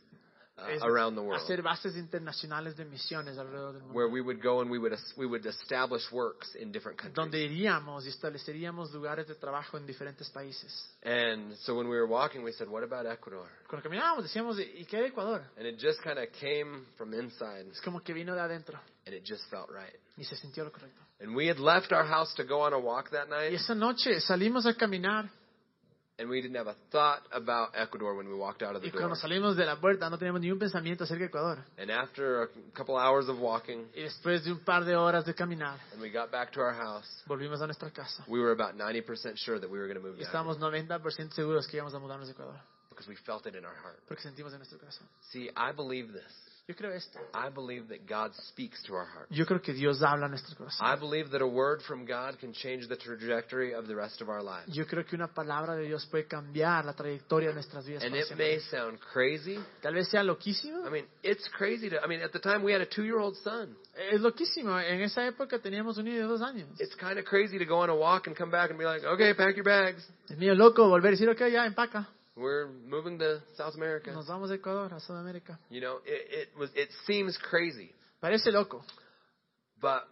Speaker 1: uh,
Speaker 2: es
Speaker 1: around the world.
Speaker 2: Hacer bases internacionales de misiones alrededor del mundo.
Speaker 1: Where we would go and we would es- we would establish works in different countries.
Speaker 2: Donde iríamos y estableceríamos lugares de trabajo en diferentes países.
Speaker 1: And so when we were walking, we said, "What about Ecuador?"
Speaker 2: Cuando caminábamos decíamos, ¿y qué de Ecuador?
Speaker 1: And it just kind of came from inside,
Speaker 2: Es como que vino de adentro
Speaker 1: and it just felt right.
Speaker 2: y se sintió lo correcto.
Speaker 1: And we had left our house to go on a walk that
Speaker 2: Y
Speaker 1: night,
Speaker 2: esa noche salimos a caminar
Speaker 1: and we didn't have a thought about Ecuador when we walked out of the
Speaker 2: y
Speaker 1: door.
Speaker 2: cuando salimos de la puerta no teníamos ni un pensamiento acerca de Ecuador.
Speaker 1: And after a couple hours of walking,
Speaker 2: Y después de un par de horas de caminar,
Speaker 1: and we got back to our house,
Speaker 2: volvimos a nuestra casa.
Speaker 1: we were about 90% sure that we were going to move
Speaker 2: Y
Speaker 1: down
Speaker 2: estábamos 90% seguros que íbamos a mudarnos de Ecuador,
Speaker 1: because we felt it in our heart.
Speaker 2: porque sentimos en nuestro corazón.
Speaker 1: See, I believe this.
Speaker 2: Yo creo esto.
Speaker 1: I believe that God speaks to our heart.
Speaker 2: Yo creo que Dios habla en nuestro corazón.
Speaker 1: I believe that a word from God can change the trajectory of the rest of our lives.
Speaker 2: Yo creo que una palabra de Dios puede cambiar la trayectoria de nuestras vidas.
Speaker 1: And
Speaker 2: para
Speaker 1: it may
Speaker 2: siempre.
Speaker 1: sound crazy.
Speaker 2: Tal vez sea loquísimo.
Speaker 1: I mean, it's crazy to, I mean, at the time we had a two year old son.
Speaker 2: Es loquísimo. En esa época teníamos un niño de dos años.
Speaker 1: It's kind of crazy to go on a walk and come back and be like, okay, pack your bags.
Speaker 2: El niño loco volver y decir, ok, ya, empaca.
Speaker 1: We're moving to South America.
Speaker 2: Nos vamos de Ecuador a Sudamérica.
Speaker 1: You know, it, it was, it seems crazy.
Speaker 2: Parece loco.
Speaker 1: But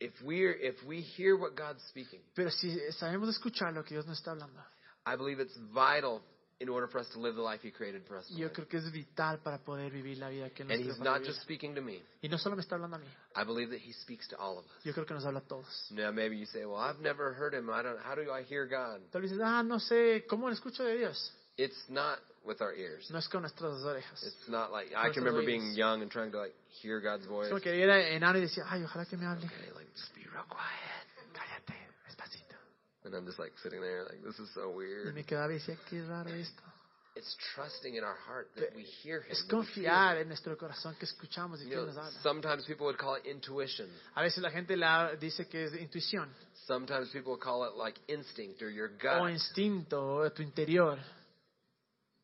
Speaker 1: if we're if we hear what God's speaking,
Speaker 2: Pero si sabemos escuchar lo que Dios nos está hablando,
Speaker 1: I believe it's vital in order for us to live the life He created for us. To
Speaker 2: yo
Speaker 1: live.
Speaker 2: creo que es vital para poder vivir la vida que Él nos
Speaker 1: And
Speaker 2: dio
Speaker 1: He's
Speaker 2: para
Speaker 1: not
Speaker 2: vivir.
Speaker 1: just speaking to me.
Speaker 2: Y no solo me está hablando a mí,
Speaker 1: I believe that He speaks to all of us.
Speaker 2: yo creo que nos habla a todos.
Speaker 1: Now maybe you say, "Well, I've never heard Him. I don't. How do I hear God?"
Speaker 2: Tal vez dices, ah, no sé, ¿cómo lo escucho de Dios?
Speaker 1: It's not with our ears.
Speaker 2: No es con nuestras orejas.
Speaker 1: It's not like I can remember being young and trying to like hear God's
Speaker 2: Es
Speaker 1: voice.
Speaker 2: como que era enano y decía, ay, ojalá que me hable.
Speaker 1: Okay, like just be real quiet.
Speaker 2: Cállate, despacito.
Speaker 1: And I'm just like sitting there, like this is so
Speaker 2: Y
Speaker 1: weird.
Speaker 2: me quedaba y decía, qué raro esto.
Speaker 1: It's trusting in our heart that we hear Him.
Speaker 2: Es
Speaker 1: that we feel Him.
Speaker 2: confiar en nuestro corazón que escuchamos y
Speaker 1: You
Speaker 2: que Él nos
Speaker 1: know,
Speaker 2: habla.
Speaker 1: sometimes people would call it intuition.
Speaker 2: A veces la gente la dice que es intuición
Speaker 1: Sometimes people call it like instinct or your
Speaker 2: o
Speaker 1: gut.
Speaker 2: instinto o tu interior.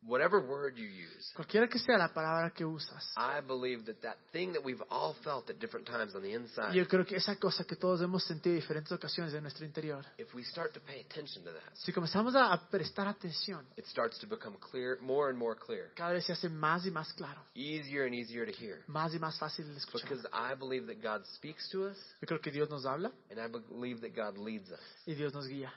Speaker 1: Whatever word you use,
Speaker 2: Cualquiera que sea la palabra que usas.
Speaker 1: I believe that that thing that we've all felt at different times on the inside,
Speaker 2: Yo creo que esa cosa que todos hemos sentido en diferentes ocasiones de nuestro interior,
Speaker 1: if we start to pay attention to that,
Speaker 2: si comenzamos a a prestar atención,
Speaker 1: it starts to become clear, more and more clear,
Speaker 2: cada vez se hace más y más claro,
Speaker 1: easier and easier to hear.
Speaker 2: más y más fácil de escuchar.
Speaker 1: Because I believe that God speaks to us,
Speaker 2: Yo creo que Dios nos habla
Speaker 1: and I believe that God leads us,
Speaker 2: y Dios nos guía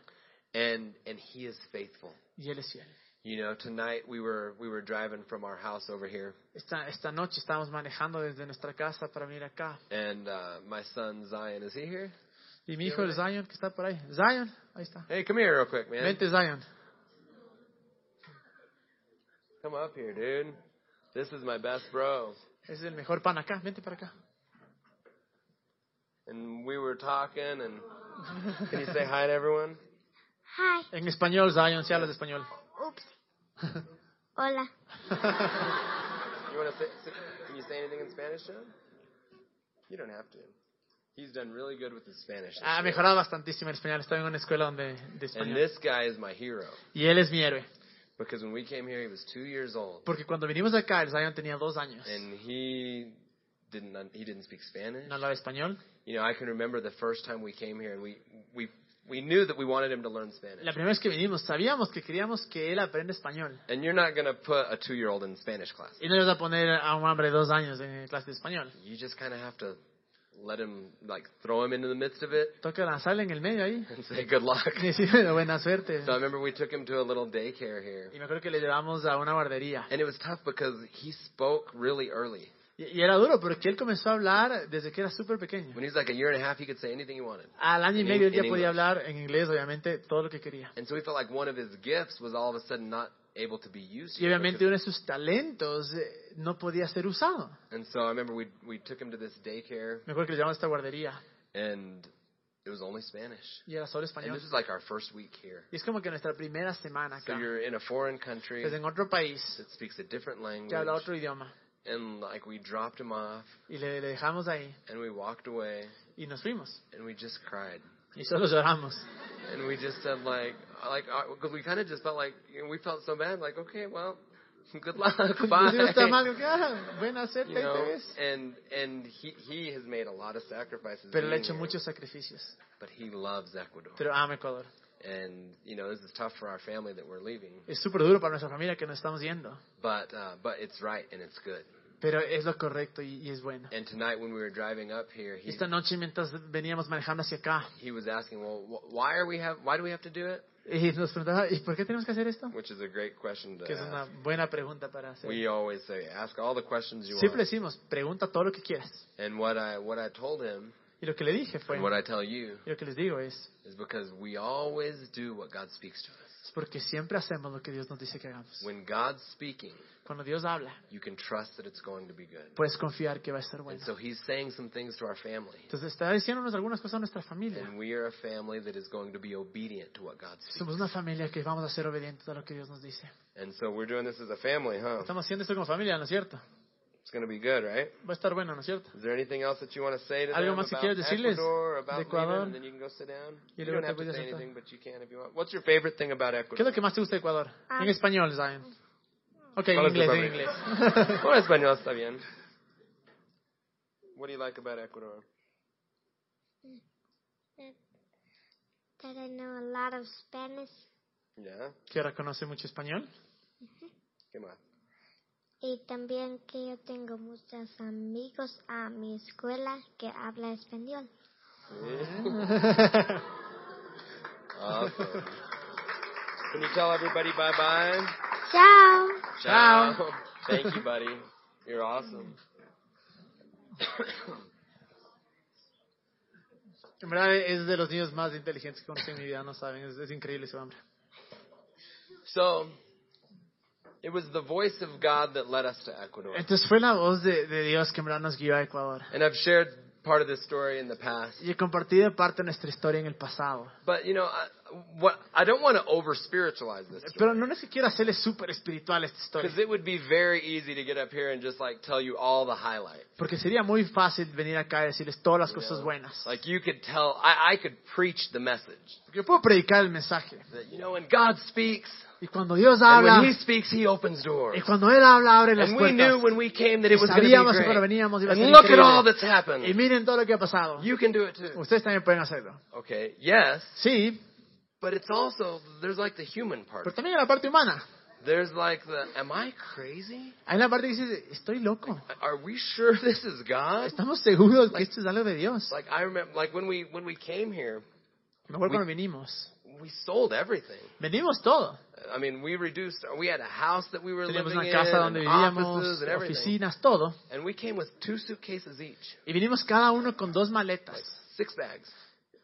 Speaker 1: and and He is faithful.
Speaker 2: y Él es fiel.
Speaker 1: You know, tonight we were we were driving from our house over here,
Speaker 2: Esta, esta noche estábamos manejando desde nuestra casa para venir acá
Speaker 1: and uh, my son Zion is he here?
Speaker 2: y mi hijo el Zion que está por ahí. Zion, ahí está.
Speaker 1: Hey, come here real quick, man.
Speaker 2: Vente Zion.
Speaker 1: Come up here, dude. This is my best bro.
Speaker 2: Ese es el mejor pan acá. Vente para acá.
Speaker 1: And we were talking, and can you say hi to everyone?
Speaker 3: Hi.
Speaker 2: En español, Zion, si hablas español.
Speaker 3: Oops. Hola.
Speaker 1: You want to say? say- Can you say anything in Spanish, John? You don't have to. He's done really good with his Spanish. this
Speaker 2: Ha
Speaker 1: year.
Speaker 2: mejorado bastantísimo el español. Estaba en una escuela donde de
Speaker 1: And
Speaker 2: Ah, español.
Speaker 1: this guy is my hero
Speaker 2: Y él es mi héroe.
Speaker 1: because when we came here, he was two years old,
Speaker 2: Porque cuando vinimos acá, el Zion tenía dos años.
Speaker 1: and he didn't un- he didn't speak Spanish.
Speaker 2: No hablaba español.
Speaker 1: You know, I can remember the first time we came here, and we we we knew that we wanted him to learn Spanish.
Speaker 2: La primera vez que vinimos, sabíamos que queríamos que él aprenda español.
Speaker 1: And you're not gonna put a two year old in Spanish class.
Speaker 2: Y no le vas a poner a un hombre de dos años en clase de español.
Speaker 1: you just kind of have to let him like throw him into the midst of it
Speaker 2: Toca lanzarle en el medio ahí.
Speaker 1: and say good luck.
Speaker 2: Y decirle, buena suerte.
Speaker 1: so I remember we took him to a little daycare here,
Speaker 2: Y me acuerdo que le llevamos a una guardería.
Speaker 1: and it was tough because he spoke really early.
Speaker 2: Y, y era duro, porque él comenzó a hablar desde que era súper pequeño.
Speaker 1: When he was like a year and a half, he could say anything he wanted.
Speaker 2: Al año y
Speaker 1: In
Speaker 2: medio él
Speaker 1: Eng-
Speaker 2: ya
Speaker 1: in
Speaker 2: podía
Speaker 1: English.
Speaker 2: hablar en inglés, obviamente, todo lo que quería.
Speaker 1: And so he felt like one of his gifts was all of a sudden not able to be used.
Speaker 2: Y
Speaker 1: here, which
Speaker 2: obviamente
Speaker 1: is-
Speaker 2: uno de sus talentos eh, no podía ser usado.
Speaker 1: And so I remember we we took him to this daycare,
Speaker 2: Me acuerdo que le llamaban a esta guardería
Speaker 1: and it was only Spanish.
Speaker 2: y era solo
Speaker 1: And
Speaker 2: español. Ah,
Speaker 1: this is like our first week here.
Speaker 2: Y es como que nuestra primera semana
Speaker 1: So
Speaker 2: acá,
Speaker 1: you're in a foreign country
Speaker 2: desde en otro país,
Speaker 1: that speaks a different
Speaker 2: que habla
Speaker 1: language,
Speaker 2: otro idioma.
Speaker 1: and like we dropped him off,
Speaker 2: Y le, le dejamos ahí
Speaker 1: and we walked away,
Speaker 2: y nos fuimos.
Speaker 1: and we just cried,
Speaker 2: Y solo lloramos.
Speaker 1: and we just said like like because we kind of just felt like you know, we felt so bad, like okay, well, good luck,
Speaker 2: Nos dimos
Speaker 1: bye.
Speaker 2: tan mal, que, ah, buena suerte,
Speaker 1: You
Speaker 2: ahí te
Speaker 1: know,
Speaker 2: ves.
Speaker 1: and and he he has made a lot of sacrifices.
Speaker 2: Pero le ha
Speaker 1: being
Speaker 2: hecho
Speaker 1: here,
Speaker 2: muchos sacrificios.
Speaker 1: But he loves Ecuador.
Speaker 2: Pero ama Ecuador.
Speaker 1: and you know this is tough for our family that we're leaving,
Speaker 2: Es súper duro para nuestra familia que nos estamos yendo.
Speaker 1: but uh, but it's right and it's good.
Speaker 2: Pero es lo correcto y, y es bueno.
Speaker 1: And tonight when we were driving up here, he
Speaker 2: Esta noche, mientras veníamos manejando hacia acá,
Speaker 1: he was asking, well, wh- why are we have why do we have to do it?
Speaker 2: y nos preguntaba, ¿y por qué tenemos que hacer esto?
Speaker 1: Which is a great question to
Speaker 2: Que es una
Speaker 1: ask.
Speaker 2: buena pregunta para hacer.
Speaker 1: We always say ask all the questions you
Speaker 2: Siempre
Speaker 1: want.
Speaker 2: decimos, pregunta todo lo que quieras.
Speaker 1: And what I what I told him
Speaker 2: Y lo que le dije fue,
Speaker 1: and what I tell you
Speaker 2: y lo que les digo es,
Speaker 1: is because we always do what God speaks to us.
Speaker 2: es porque siempre hacemos lo que Dios nos dice que hagamos.
Speaker 1: When God's speaking,
Speaker 2: Cuando Dios habla,
Speaker 1: you can trust that it's going to be good.
Speaker 2: puedes confiar que va a estar
Speaker 1: And
Speaker 2: bueno.
Speaker 1: so he's saying some things to our family.
Speaker 2: Entonces está diciéndonos algunas cosas a nuestra familia.
Speaker 1: And we are a family that is going to be obedient to what God speaks.
Speaker 2: Somos una familia que vamos a ser obedientes a lo que Dios nos dice.
Speaker 1: And so we're doing this as a family, huh?
Speaker 2: Estamos haciendo esto como familia, ¿no es cierto?
Speaker 1: It's going to be good, right?
Speaker 2: Va a estar bueno, ¿no es cierto?
Speaker 1: Is there anything else that you want to say to
Speaker 2: ¿Algo
Speaker 1: them
Speaker 2: más que
Speaker 1: about
Speaker 2: quieras decirles
Speaker 1: Ecuador,
Speaker 2: de
Speaker 1: about
Speaker 2: Ecuador?
Speaker 1: leaving, and then you can go sit down?
Speaker 2: Y
Speaker 1: You
Speaker 2: luego
Speaker 1: don't
Speaker 2: te
Speaker 1: have to
Speaker 2: puedes
Speaker 1: say
Speaker 2: sentar.
Speaker 1: anything, but you can if you want. What's your favorite thing about
Speaker 2: ¿Qué es
Speaker 1: Ecuador?
Speaker 2: lo que más te gusta de Ecuador?
Speaker 3: Ah.
Speaker 2: En español, ¿saben? Ok,
Speaker 1: ¿Cuál
Speaker 2: en
Speaker 1: es tu
Speaker 2: inglés, en
Speaker 1: favorito?
Speaker 2: inglés.
Speaker 1: Bueno, español está bien. What do you like about Ecuador?
Speaker 3: That, that I know a lot of Spanish.
Speaker 1: Yeah.
Speaker 2: que ahora conoce mucho español.
Speaker 1: ¿Qué más?
Speaker 3: Y también que yo tengo muchos amigos a mi escuela que habla español.
Speaker 1: Awesome. Can you tell everybody bye bye?
Speaker 3: Chao.
Speaker 2: Ciao.
Speaker 1: Thank you, buddy. You're awesome.
Speaker 2: En verdad es de los niños más inteligentes que conocí en mi vida, no saben, es, es increíble su hombre.
Speaker 1: So, it was the voice of God that led us to Ecuador.
Speaker 2: Entonces fue la voz de, de Dios que en verdad nos guió a Ecuador.
Speaker 1: And I've shared part of this story in the past.
Speaker 2: Y he compartido parte de nuestra historia en el pasado.
Speaker 1: But, you know, I, what, I don't want to over spiritualize this
Speaker 2: Pero
Speaker 1: story.
Speaker 2: no es que quiero hacerle súper espiritual esta
Speaker 1: Because
Speaker 2: historia,
Speaker 1: it would be very easy to get up here and just, like, tell you all the highlights.
Speaker 2: porque sería muy fácil venir acá y decirles todas las
Speaker 1: you
Speaker 2: cosas
Speaker 1: know?
Speaker 2: buenas.
Speaker 1: Like, you could tell, I, I could preach the message.
Speaker 2: Porque yo puedo predicar el mensaje.
Speaker 1: That, you know, when God speaks,
Speaker 2: Y cuando Dios
Speaker 1: and
Speaker 2: habla,
Speaker 1: when He speaks, He opens
Speaker 2: y
Speaker 1: doors.
Speaker 2: cuando Él habla, abre las
Speaker 1: And we knew
Speaker 2: puertas.
Speaker 1: when we came that it
Speaker 2: Y
Speaker 1: was going to be
Speaker 2: sabíamos que cuando
Speaker 1: great.
Speaker 2: veníamos iba a
Speaker 1: And
Speaker 2: ser
Speaker 1: look at
Speaker 2: increíble.
Speaker 1: all that's
Speaker 2: Y
Speaker 1: happened.
Speaker 2: miren todo lo que ha pasado.
Speaker 1: You can do it too.
Speaker 2: Ustedes también pueden hacerlo.
Speaker 1: Okay, yes,
Speaker 2: Sí,
Speaker 1: but it's also, there's like the human part.
Speaker 2: pero también en la parte humana.
Speaker 1: There's like the, am I crazy?
Speaker 2: Hay la parte que dices, estoy loco.
Speaker 1: Are we sure this is God?
Speaker 2: Estamos seguros que esto es algo de Dios.
Speaker 1: Like I remember, like when we when we came here,
Speaker 2: Me acuerdo cuando vinimos.
Speaker 1: we sold everything.
Speaker 2: Venimos todo.
Speaker 1: I mean, we reduced. We had a house that we were
Speaker 2: Teníamos
Speaker 1: living
Speaker 2: una
Speaker 1: in,
Speaker 2: casa donde
Speaker 1: and
Speaker 2: vivíamos,
Speaker 1: offices and everything.
Speaker 2: oficinas, todo.
Speaker 1: And we came with two suitcases each,
Speaker 2: Y vinimos cada uno con dos maletas.
Speaker 1: six bags.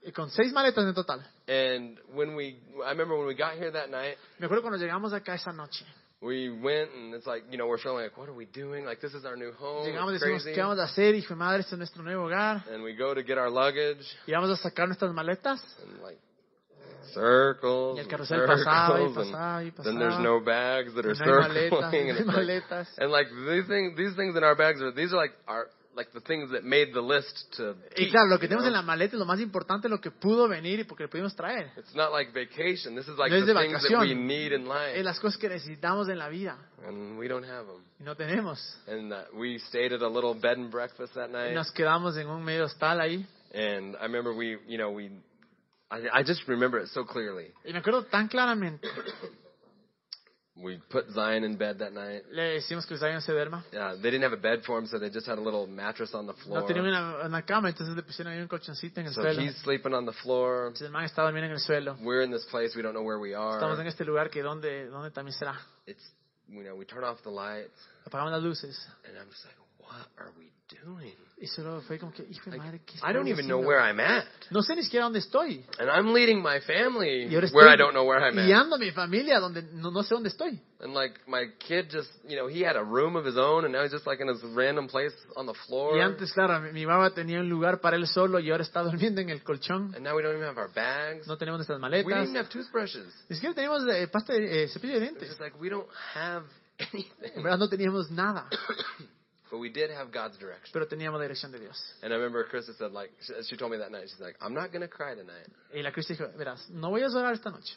Speaker 2: Y con seis maletas en total.
Speaker 1: And when we, I remember when we got here that night,
Speaker 2: Me acuerdo cuando llegamos acá esa noche.
Speaker 1: we went and it's like you know we're feeling like what are we doing? Like this is our new home.
Speaker 2: Llegamos y
Speaker 1: It's
Speaker 2: decimos,
Speaker 1: Oh, crazy.
Speaker 2: ¿qué vamos a hacer? Hijo de madre, este es nuestro nuevo hogar.
Speaker 1: And we go to get our luggage
Speaker 2: Y vamos a sacar nuestras maletas.
Speaker 1: and like. Circles,
Speaker 2: Y el
Speaker 1: and
Speaker 2: carrusel
Speaker 1: circles
Speaker 2: pasaba y
Speaker 1: and
Speaker 2: pasaba y
Speaker 1: then there's
Speaker 2: pasaba.
Speaker 1: no bags that are
Speaker 2: Y ah, no hay maletas,
Speaker 1: circling,
Speaker 2: y
Speaker 1: and it's
Speaker 2: no hay
Speaker 1: like,
Speaker 2: maletas.
Speaker 1: And like these things, these things in our bags are these are like our like the things that made the list to.
Speaker 2: Y
Speaker 1: keep,
Speaker 2: claro, lo que
Speaker 1: you
Speaker 2: tenemos
Speaker 1: know?
Speaker 2: en la maleta es lo más importante, lo que pudo venir y porque lo pudimos traer.
Speaker 1: It's not like vacation. This is like
Speaker 2: No es
Speaker 1: the
Speaker 2: de
Speaker 1: things that we
Speaker 2: vacación.
Speaker 1: need in
Speaker 2: Es
Speaker 1: life,
Speaker 2: las cosas que necesitamos en la vida.
Speaker 1: and we don't have them.
Speaker 2: Y no tenemos.
Speaker 1: And uh, we stayed at a little bed and breakfast that
Speaker 2: Y
Speaker 1: night,
Speaker 2: nos quedamos en un medio hostal ahí.
Speaker 1: and I remember we, you know, we. I, I just remember it so clearly.
Speaker 2: Y me acuerdo tan claramente.
Speaker 1: We put Zion in bed that night.
Speaker 2: Le decimos que Zion se duerma.
Speaker 1: Uh, they didn't have a bed for him, so they just had a little mattress on the floor.
Speaker 2: No tenía una, una cama, entonces le pusieron ahí un colchoncito en el
Speaker 1: so
Speaker 2: suelo.
Speaker 1: he's sleeping on the floor.
Speaker 2: Entonces el man está durmiendo en el suelo.
Speaker 1: We're in this place. We don't know where we
Speaker 2: Estamos en
Speaker 1: are.
Speaker 2: este lugar que donde, donde también será.
Speaker 1: It's you know we turn off the lights.
Speaker 2: Apagamos las luces.
Speaker 1: And I'm just like, what are we doing?
Speaker 2: Y solo fue como que, hijo de
Speaker 1: Like,
Speaker 2: madre, ¿qué
Speaker 1: I don't
Speaker 2: estoy
Speaker 1: even know
Speaker 2: haciendo?
Speaker 1: where I'm at.
Speaker 2: No sé ni siquiera dónde estoy.
Speaker 1: And I'm leading my family
Speaker 2: Y ahora estoy
Speaker 1: where I don't know where I'm at.
Speaker 2: guiando a mi familia donde no, no sé dónde estoy.
Speaker 1: And like my kid just, you know, he had a room of his own and now he's just like in this random place on the floor.
Speaker 2: Y antes, claro, mi, mi mamá tenía un lugar para él solo y ahora está durmiendo en el colchón.
Speaker 1: And now we don't even have our bags.
Speaker 2: No tenemos nuestras
Speaker 1: We didn't
Speaker 2: maletas.
Speaker 1: even have toothbrushes.
Speaker 2: Ni siquiera teníamos eh, pasta de, eh, cepillo de
Speaker 1: It's
Speaker 2: dientes.
Speaker 1: just like we don't have
Speaker 2: En
Speaker 1: anything.
Speaker 2: verdad no teníamos nada,
Speaker 1: But we did have God's direction.
Speaker 2: pero teníamos la dirección de Dios.
Speaker 1: And I remember Krista said like, she, she told me that night, she's like, I'm not going to cry tonight.
Speaker 2: Y la Cristo dijo, verás, no voy a llorar esta noche.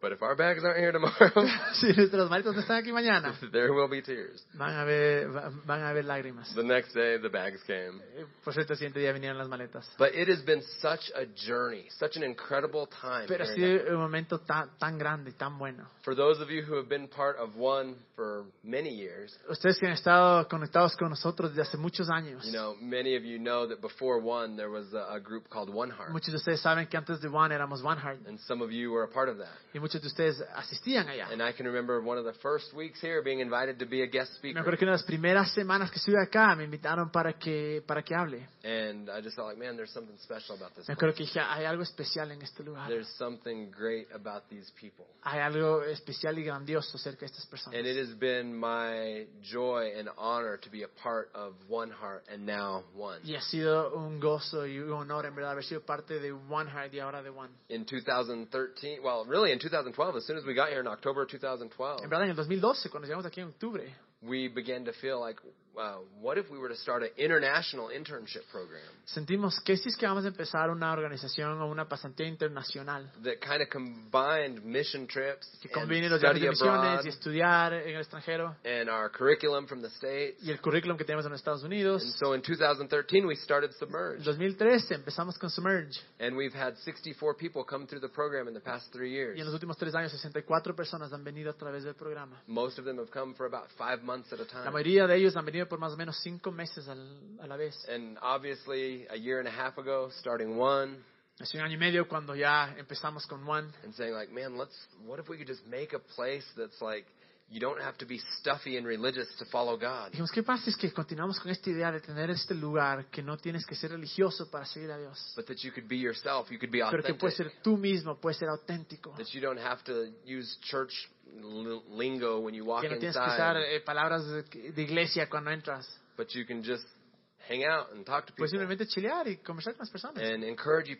Speaker 1: But if our bags aren't here tomorrow,
Speaker 2: Si nuestras maletas no están aquí mañana,
Speaker 1: there will be tears.
Speaker 2: van a haber, va- van a haber lágrimas.
Speaker 1: The next day, the bags came.
Speaker 2: Eh, Por cierto, el siguiente día vinieron las maletas.
Speaker 1: But it has been such a journey, such an incredible time.
Speaker 2: Pero ha
Speaker 1: here in
Speaker 2: sido un momento tan, tan grande, tan bueno.
Speaker 1: For those of you who have been part of one for many years,
Speaker 2: Ustedes que han estado conectados con nosotros desde hace muchos años.
Speaker 1: you know, many of you know that before one there was a, a group called One Heart,
Speaker 2: Muchos de ustedes saben que antes de One éramos One Heart
Speaker 1: and some of you were a part of that.
Speaker 2: y muchos de ustedes asistían allá.
Speaker 1: And I can remember one of the first weeks here being invited to be a guest
Speaker 2: Me
Speaker 1: speaker,
Speaker 2: acuerdo que una de las primeras semanas que estuve acá me invitaron para que, para que hable.
Speaker 1: and I just felt like, man, there's something special about this.
Speaker 2: Me
Speaker 1: place.
Speaker 2: acuerdo que dije, hay algo especial en este lugar.
Speaker 1: There's something great about these people,
Speaker 2: Hay algo especial y grandioso acerca de estas personas.
Speaker 1: and it has been my joy and honor to be a part of One Heart and now One.
Speaker 2: Y ha sido un gozo y un honor, en verdad, haber sido parte de One Heart y ahora de One.
Speaker 1: In 2013, well, really in 2012, as soon as we got here in October 2012.
Speaker 2: En verdad, en el 2012, cuando llegamos aquí en octubre,
Speaker 1: we began to feel like, wow, what if we were to start an international internship program
Speaker 2: sentimos que sí es que vamos a empezar una organización o una pasantía internacional
Speaker 1: that kind of combined mission trips
Speaker 2: que combine
Speaker 1: and
Speaker 2: los viajes
Speaker 1: study
Speaker 2: de misiones
Speaker 1: abroad
Speaker 2: y estudiar en el extranjero
Speaker 1: and our curriculum from the States?
Speaker 2: y el currículum que tenemos en los Estados
Speaker 1: And
Speaker 2: Unidos.
Speaker 1: so in 2013, we started
Speaker 2: En
Speaker 1: Submerge,
Speaker 2: 2013 empezamos con Submerge
Speaker 1: and we've had 64 people come through the program in the past three years.
Speaker 2: y en los últimos tres años 64 personas han venido a través del programa.
Speaker 1: Most of them have come for about five months at a
Speaker 2: La
Speaker 1: time.
Speaker 2: mayoría de ellos han venido por más o menos cinco meses al- a la vez.
Speaker 1: And obviously, a year and a half ago, starting one
Speaker 2: Hace un año y medio cuando ya empezamos con One,
Speaker 1: and saying like, man, let's, what if we could just make a place that's like, you don't have to be stuffy and religious to follow God.
Speaker 2: dijimos, ¿qué pasa? Es que continuamos con esta idea de tener este lugar que no tienes que ser religioso para seguir a Dios.
Speaker 1: but that you could be yourself. You could be
Speaker 2: Pero que
Speaker 1: authentic.
Speaker 2: puedes ser tú mismo, puedes ser auténtico.
Speaker 1: That you don't have to use church l- lingo when you walk
Speaker 2: que no tienes que usar
Speaker 1: inside,
Speaker 2: eh, palabras de, de iglesia cuando entras.
Speaker 1: but you can just hang out and talk to
Speaker 2: Puedes
Speaker 1: people
Speaker 2: simplemente chilear y conversar con las personas.
Speaker 1: and encourage, you,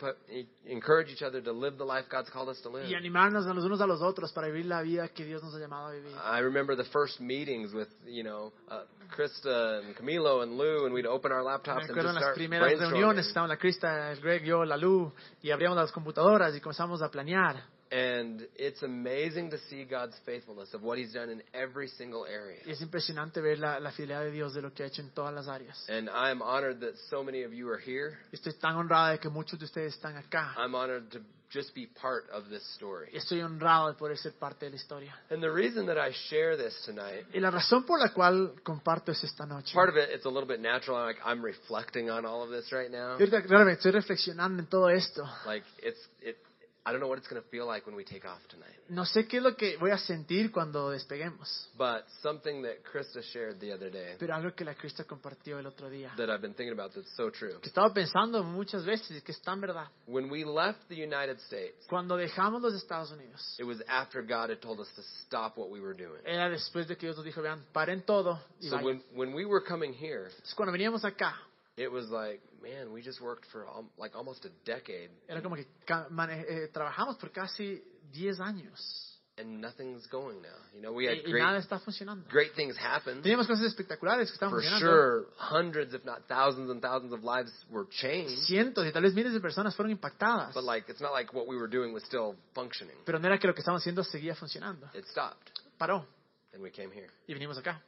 Speaker 1: encourage each other to live the life God's called us to live.
Speaker 2: Y animarnos a los unos a los otros para vivir la vida que Dios nos ha llamado a vivir.
Speaker 1: I remember the first meetings with you know uh, Krista and Camilo and Lou, and we'd open our
Speaker 2: Me
Speaker 1: laptops and just
Speaker 2: acuerdo en las
Speaker 1: start
Speaker 2: primeras reuniones,
Speaker 1: brainstorming.
Speaker 2: estábamos la Crista, el Greg, yo, la Lu, y abríamos las computadoras y comenzamos a planear.
Speaker 1: And it's amazing to see God's faithfulness of what He's done in every single area.
Speaker 2: Y es impresionante ver la, la fidelidad de Dios de lo que ha hecho en todas las áreas.
Speaker 1: And I'm honored that so many of you are here.
Speaker 2: Estoy tan honrado de que muchos de ustedes están acá.
Speaker 1: I'm honored to just be part of this story.
Speaker 2: Estoy honrado de poder ser parte de la historia.
Speaker 1: And the reason that I share this tonight,
Speaker 2: Y la razón por la cual comparto es esta noche.
Speaker 1: part of it, it's a little bit natural. Like I'm reflecting on all of this right now.
Speaker 2: Y ahorita, claro, me estoy reflexionando en todo esto.
Speaker 1: Like it's it. I don't know what it's going to feel like when we take off tonight.
Speaker 2: No sé qué es lo que voy a sentir cuando despeguemos,
Speaker 1: But something that Krista shared the other day
Speaker 2: pero algo que la Crista compartió el otro día,
Speaker 1: that I've been thinking about that's so true.
Speaker 2: que estaba pensando muchas veces y que es tan verdad.
Speaker 1: When we left the United States,
Speaker 2: Cuando dejamos los Estados Unidos,
Speaker 1: it was after God had told us to stop what we were doing.
Speaker 2: era después de que Dios nos dijo, vean, paren todo y
Speaker 1: So
Speaker 2: vayan.
Speaker 1: when when we were coming here,
Speaker 2: Entonces, cuando veníamos acá,
Speaker 1: it was like, man, we just worked for al- like almost a decade
Speaker 2: era como que ca- mane- eh, trabajamos por casi 10 años
Speaker 1: and nothing's going now. You know, we had
Speaker 2: y, y
Speaker 1: great
Speaker 2: nada está funcionando.
Speaker 1: great things happen.
Speaker 2: Teníamos cosas espectaculares que estaban
Speaker 1: For
Speaker 2: funcionando.
Speaker 1: sure, hundreds, if not thousands and thousands of lives were changed.
Speaker 2: Cientos y tal vez miles de personas fueron impactadas,
Speaker 1: Mm. But like, it's not like what we were doing was still functioning.
Speaker 2: pero no era que lo que estábamos haciendo seguía funcionando.
Speaker 1: It stopped,
Speaker 2: Paró
Speaker 1: and we came here.
Speaker 2: y vinimos acá.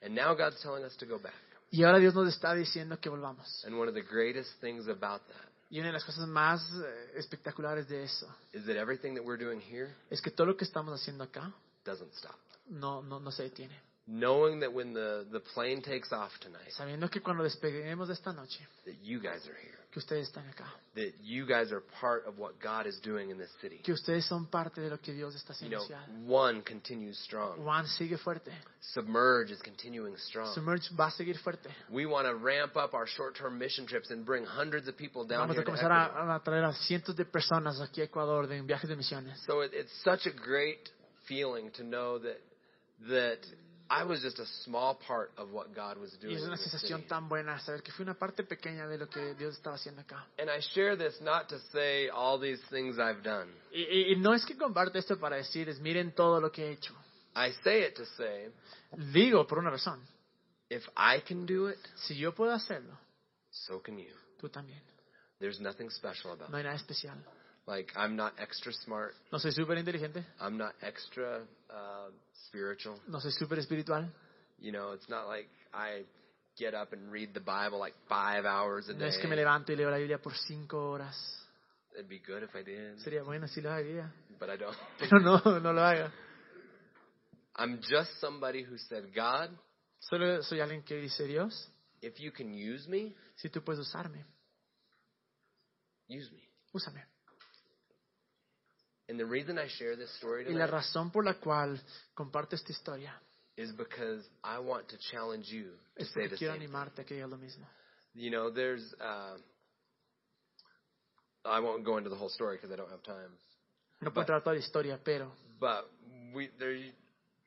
Speaker 1: And now God's telling us to go back.
Speaker 2: Y ahora Dios nos está diciendo que volvamos.
Speaker 1: And one of the greatest things about that
Speaker 2: Y una de las cosas más eh, espectaculares de eso
Speaker 1: is that everything that we're doing here
Speaker 2: es que todo lo que estamos haciendo acá
Speaker 1: doesn't stop.
Speaker 2: no, no, no se detiene.
Speaker 1: knowing that when the, the plane takes off tonight,
Speaker 2: sabiendo que cuando despeguemos de esta noche,
Speaker 1: that you guys are here,
Speaker 2: que ustedes están acá,
Speaker 1: that you guys are part of what God is doing in this city.
Speaker 2: que ustedes son parte de lo que Dios está
Speaker 1: You
Speaker 2: haciendo. en
Speaker 1: know,
Speaker 2: la ciudad.
Speaker 1: one continues strong.
Speaker 2: Juan sigue fuerte,
Speaker 1: Submerge is continuing strong.
Speaker 2: Submerge va a seguir fuerte.
Speaker 1: We want to ramp up our short-term mission trips and bring hundreds of people down
Speaker 2: Vamos
Speaker 1: here to
Speaker 2: a comenzar
Speaker 1: Ecuador.
Speaker 2: a, a traer a cientos de personas aquí a Ecuador de en viajes de misiones.
Speaker 1: So it, it's such a great feeling to know that that I was just a small part of what God was doing.
Speaker 2: Y es
Speaker 1: in
Speaker 2: una
Speaker 1: this
Speaker 2: sensación
Speaker 1: city.
Speaker 2: tan buena saber que fui una parte pequeña de lo que Dios estaba haciendo acá.
Speaker 1: And I share this not to say all these things I've done.
Speaker 2: Y, y- y no es que comparto esto para decirles, miren todo lo que he hecho.
Speaker 1: I say it to say,
Speaker 2: Digo por una razón.
Speaker 1: if I can do it,
Speaker 2: Si yo puedo hacerlo,
Speaker 1: so can you.
Speaker 2: tú también.
Speaker 1: There's nothing special about
Speaker 2: No
Speaker 1: it.
Speaker 2: hay nada especial.
Speaker 1: Like, I'm not extra smart.
Speaker 2: No soy súper inteligente,
Speaker 1: I'm not extra uh, spiritual.
Speaker 2: no soy súper espiritual.
Speaker 1: You know, it's not like I get up and read the Bible like five hours a
Speaker 2: No es que me
Speaker 1: day.
Speaker 2: levanto y leo la Biblia por cinco horas.
Speaker 1: It'd be good if I did,
Speaker 2: Sería bueno si lo haría,
Speaker 1: but I don't.
Speaker 2: pero no, no lo haga.
Speaker 1: I'm just somebody who said, God,
Speaker 2: Solo soy alguien que dice, Dios,
Speaker 1: if you can use me,
Speaker 2: si tú puedes usarme,
Speaker 1: use me.
Speaker 2: úsame.
Speaker 1: And the reason I share this story
Speaker 2: Y la
Speaker 1: tonight
Speaker 2: razón por la cual comparto esta historia
Speaker 1: is because I want to challenge you to
Speaker 2: es
Speaker 1: say
Speaker 2: porque
Speaker 1: the
Speaker 2: quiero
Speaker 1: same.
Speaker 2: animarte a que digas lo mismo.
Speaker 1: You know, there's. Uh, I won't go into the whole story because I don't have time.
Speaker 2: No puedo entrar a toda la historia, pero
Speaker 1: But we there,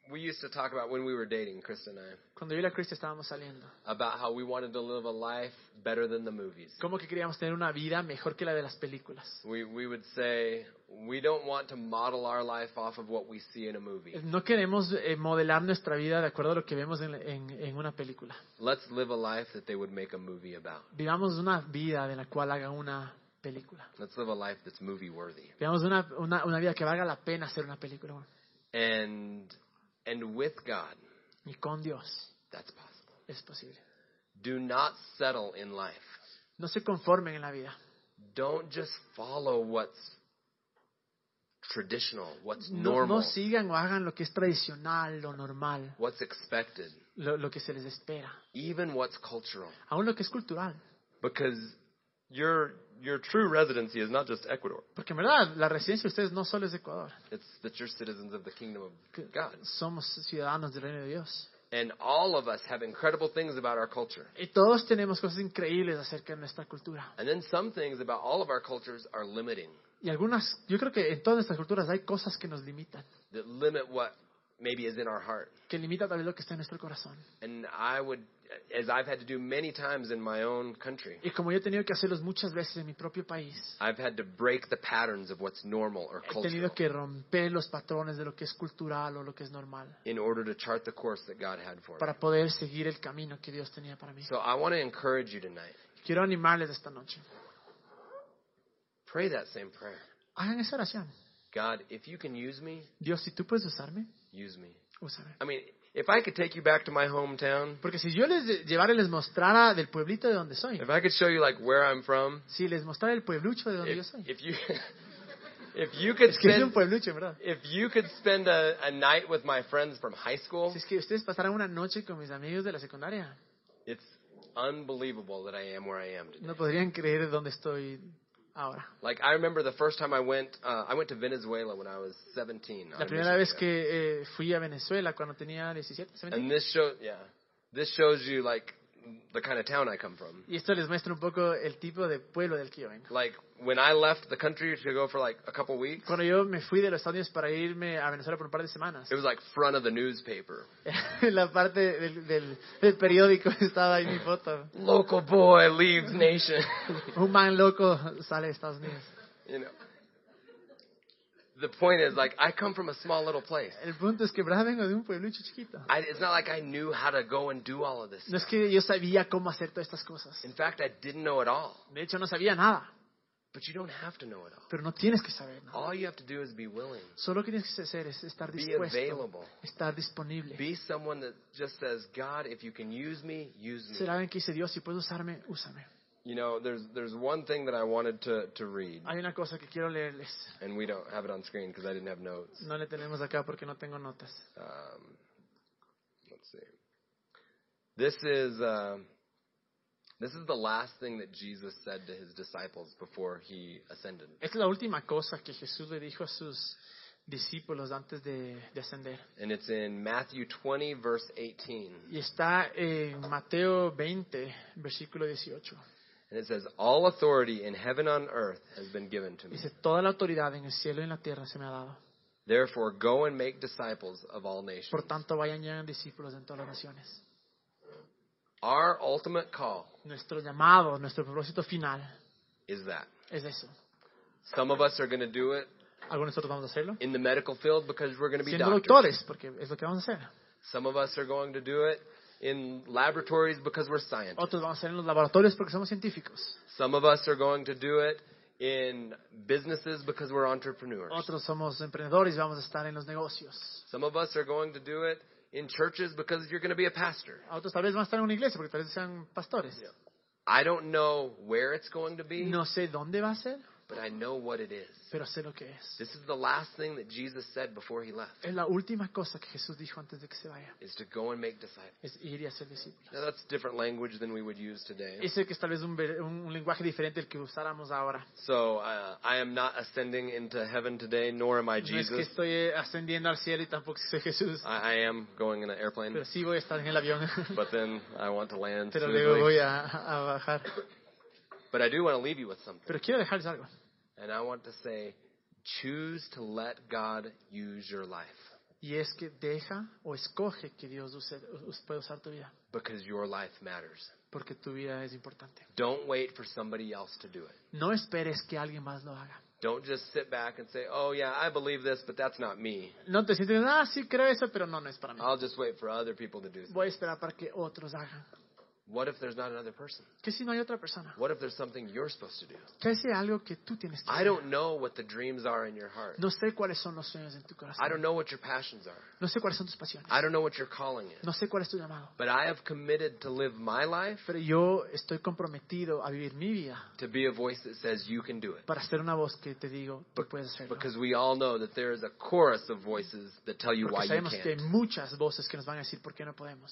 Speaker 1: we used to talk about when we were dating, Chris and I,
Speaker 2: cuando yo y la Cristi estábamos saliendo,
Speaker 1: about how we wanted to live a life better than the movies.
Speaker 2: como que queríamos tener una vida mejor que la de las películas.
Speaker 1: We we would say we don't want to model our life off of what we see in a movie.
Speaker 2: No queremos eh, modelar nuestra vida de acuerdo a lo que vemos en, la- en- en una película.
Speaker 1: Let's live a life that they would make a movie about.
Speaker 2: Vivamos una vida de la cual haga una película.
Speaker 1: Let's live a life that's movie worthy.
Speaker 2: Vivamos una, una, una vida que valga la pena hacer una película. bueno.
Speaker 1: And and with God,
Speaker 2: Y con Dios
Speaker 1: that's possible.
Speaker 2: es posible.
Speaker 1: Do not settle in life.
Speaker 2: No se conformen en la vida.
Speaker 1: don't just follow what's traditional, what's
Speaker 2: No,
Speaker 1: normal,
Speaker 2: no sigan o hagan lo que es tradicional, lo normal,
Speaker 1: what's expected,
Speaker 2: lo, lo que se les espera.
Speaker 1: even what's cultural.
Speaker 2: Aún lo que es cultural.
Speaker 1: Because your your true residency is not just Ecuador;
Speaker 2: Porque en verdad, la residencia de ustedes no solo es de Ecuador.
Speaker 1: it's that you're citizens of the kingdom of God.
Speaker 2: Somos ciudadanos del reino de Dios.
Speaker 1: And all of us have incredible things about our culture.
Speaker 2: Y todos tenemos cosas increíbles acerca de nuestra cultura.
Speaker 1: And then some things about all of our cultures are limiting,
Speaker 2: Y algunas, yo creo que en todas nuestras culturas hay cosas que nos limitan.
Speaker 1: that limit what maybe is in our heart.
Speaker 2: Que limitan tal vez lo que está en nuestro corazón.
Speaker 1: And I would, as I've had to do many times in my own country,
Speaker 2: Y como yo he tenido que hacerlos muchas veces en mi propio país,
Speaker 1: I've had to break the patterns of what's normal or
Speaker 2: he
Speaker 1: cultural
Speaker 2: tenido que romper los patrones de lo que es cultural o lo que es normal
Speaker 1: in order to chart the course that God had for me.
Speaker 2: para poder seguir el camino que Dios tenía para mí.
Speaker 1: So I want to encourage you tonight.
Speaker 2: Quiero animarles esta noche.
Speaker 1: Pray that same prayer.
Speaker 2: Hagan esa oración.
Speaker 1: God, if you can use me,
Speaker 2: Dios, si tú puedes usarme,
Speaker 1: use me.
Speaker 2: úsame.
Speaker 1: I mean, if I could take you back to my hometown,
Speaker 2: Porque si yo les llevara y les mostrara del pueblito de donde soy,
Speaker 1: if I could show you like where I'm from,
Speaker 2: si les mostrara el pueblucho de donde yo
Speaker 1: if,
Speaker 2: soy,
Speaker 1: if you if you could
Speaker 2: es que es un
Speaker 1: spend
Speaker 2: pueblucho, en ¿verdad?
Speaker 1: if you could spend a, a night with my friends from high school,
Speaker 2: Si es que ustedes pasaran una noche con mis amigos de la secundaria,
Speaker 1: it's unbelievable that I am where I am today.
Speaker 2: no podrían creer dónde estoy ahora.
Speaker 1: Like I remember the first time I went, uh, I went to Venezuela when I was 17. on
Speaker 2: La
Speaker 1: a mission
Speaker 2: primera vez
Speaker 1: trip.
Speaker 2: que eh, fui a Venezuela cuando tenía 17, 17,
Speaker 1: And this show, yeah, this shows you like the kind of town I come from.
Speaker 2: y esto les muestra un poco el tipo de pueblo del que yo vengo.
Speaker 1: Like when I left the country to go for like a couple weeks,
Speaker 2: Cuando yo me fui de los Estados Unidos para irme a Venezuela por un par de semanas,
Speaker 1: it was like front of the newspaper.
Speaker 2: la parte del, del- del periódico estaba ahí mi foto.
Speaker 1: Local boy leaves nation.
Speaker 2: Un man loco sale de Estados Unidos.
Speaker 1: you know. The point is, like, I come from a small little place.
Speaker 2: El punto es que verdad vengo de un pueblucho chiquito.
Speaker 1: I, it's not like I knew how to go and do all of this.
Speaker 2: No es que yo sabía cómo hacer todas estas cosas.
Speaker 1: In fact, I didn't know it all.
Speaker 2: De hecho, no sabía nada.
Speaker 1: But you don't have to know it all.
Speaker 2: Pero no tienes que saber nada.
Speaker 1: All you have to do is be willing.
Speaker 2: Solo lo que tienes que hacer es estar
Speaker 1: Be
Speaker 2: dispuesto,
Speaker 1: available.
Speaker 2: estar disponible.
Speaker 1: Be someone that just says, God, if you can use me, use me.
Speaker 2: Será alguien que dice, Dios, si puedes usarme, úsame.
Speaker 1: You know, there's there's one thing that I wanted to to read,
Speaker 2: Hay una cosa que quiero leerles.
Speaker 1: and we don't have it on screen because I didn't have notes.
Speaker 2: No le tenemos acá porque no tengo notas.
Speaker 1: Um, let's Let's see. This is uh, this is the last thing that Jesus said to his disciples before he ascended.
Speaker 2: Es la última cosa que Jesús le dijo a sus discípulos antes de, de ascender.
Speaker 1: And it's in Matthew 20, verse 18.
Speaker 2: Y está en Mateo 20, versículo 18.
Speaker 1: And it says, All authority in heaven and on earth has been given to me.
Speaker 2: Dice, toda la autoridad en el cielo y en la tierra se me ha dado.
Speaker 1: Therefore, go and make disciples of all nations.
Speaker 2: Por tanto, vayan y hagan discípulos en todas las naciones.
Speaker 1: Our ultimate call
Speaker 2: Nuestro llamado, nuestro propósito final
Speaker 1: is that.
Speaker 2: es eso.
Speaker 1: Some of us are going to do it
Speaker 2: Algunos de nosotros vamos a hacerlo
Speaker 1: in the medical field because we're going to be
Speaker 2: siendo
Speaker 1: doctors.
Speaker 2: doctores, porque es lo que vamos a hacer.
Speaker 1: Some of us are going to do it in laboratories because we're scientists.
Speaker 2: Otros vamos a hacer en los laboratorios porque somos científicos.
Speaker 1: Some of us are going to do it in businesses because we're entrepreneurs.
Speaker 2: Otros somos emprendedores y vamos a estar en los negocios.
Speaker 1: Some of us are going to do it in churches because you're going to be a pastor.
Speaker 2: Otros tal vez van a estar en una iglesia porque tal vez sean pastores.
Speaker 1: I don't know where it's going to be,
Speaker 2: No sé dónde va a ser,
Speaker 1: but I know what it is.
Speaker 2: pero sé lo que es.
Speaker 1: This is the last thing that Jesus said before he left,
Speaker 2: Es la última cosa que Jesús dijo antes de que se vaya.
Speaker 1: is to go and make disciples.
Speaker 2: Es ir y hacer discípulos.
Speaker 1: Now that's different language than we would use today.
Speaker 2: Ese que es tal vez un, ver- un- un lenguaje diferente al que usáramos ahora.
Speaker 1: So uh, I am not ascending into heaven today, nor am I
Speaker 2: No es que
Speaker 1: Jesus.
Speaker 2: estoy eh, ascendiendo al cielo y tampoco soy Jesús,
Speaker 1: I, I am going in an airplane,
Speaker 2: pero sí voy a estar en el avión,
Speaker 1: but then I want to land
Speaker 2: pero luego voy
Speaker 1: smoothly.
Speaker 2: a, a bajar.
Speaker 1: But I do want to leave you with something.
Speaker 2: Pero quiero dejarles algo.
Speaker 1: And I want to say, choose to let God use your life
Speaker 2: Y es que deja o escoge que Dios use- us- pueda usar tu vida,
Speaker 1: because your life matters.
Speaker 2: porque tu vida es importante.
Speaker 1: Don't wait for somebody else to do it.
Speaker 2: No esperes que alguien más lo haga.
Speaker 1: Don't just sit back and say, oh, yeah, I believe this, but that's not me.
Speaker 2: No te sientes, ah, sí creo eso, pero no, no es para mí.
Speaker 1: I'll just wait for other people to do it.
Speaker 2: Voy a esperar para que otros hagan.
Speaker 1: What if there's not another person?
Speaker 2: ¿Qué si no hay otra persona?
Speaker 1: What if there's something you're supposed to do?
Speaker 2: ¿Qué si hay algo que tú tienes que
Speaker 1: I
Speaker 2: hacer?
Speaker 1: don't know what the dreams are in your heart.
Speaker 2: No sé cuáles son los sueños en tu
Speaker 1: I don't
Speaker 2: corazón.
Speaker 1: know what your passions are.
Speaker 2: No sé cuáles son tus pasiones.
Speaker 1: I don't know what your calling is.
Speaker 2: No sé cuál es tu llamado.
Speaker 1: But I have committed to live my life
Speaker 2: Pero yo estoy comprometido a vivir mi vida
Speaker 1: to be a voice that says you can do it.
Speaker 2: para ser una voz que te digo, tú puedes hacerlo.
Speaker 1: Because we all know that there is a chorus of voices that tell you why you
Speaker 2: Porque sabemos que hay
Speaker 1: can't.
Speaker 2: muchas voces que nos van a decir por qué no podemos.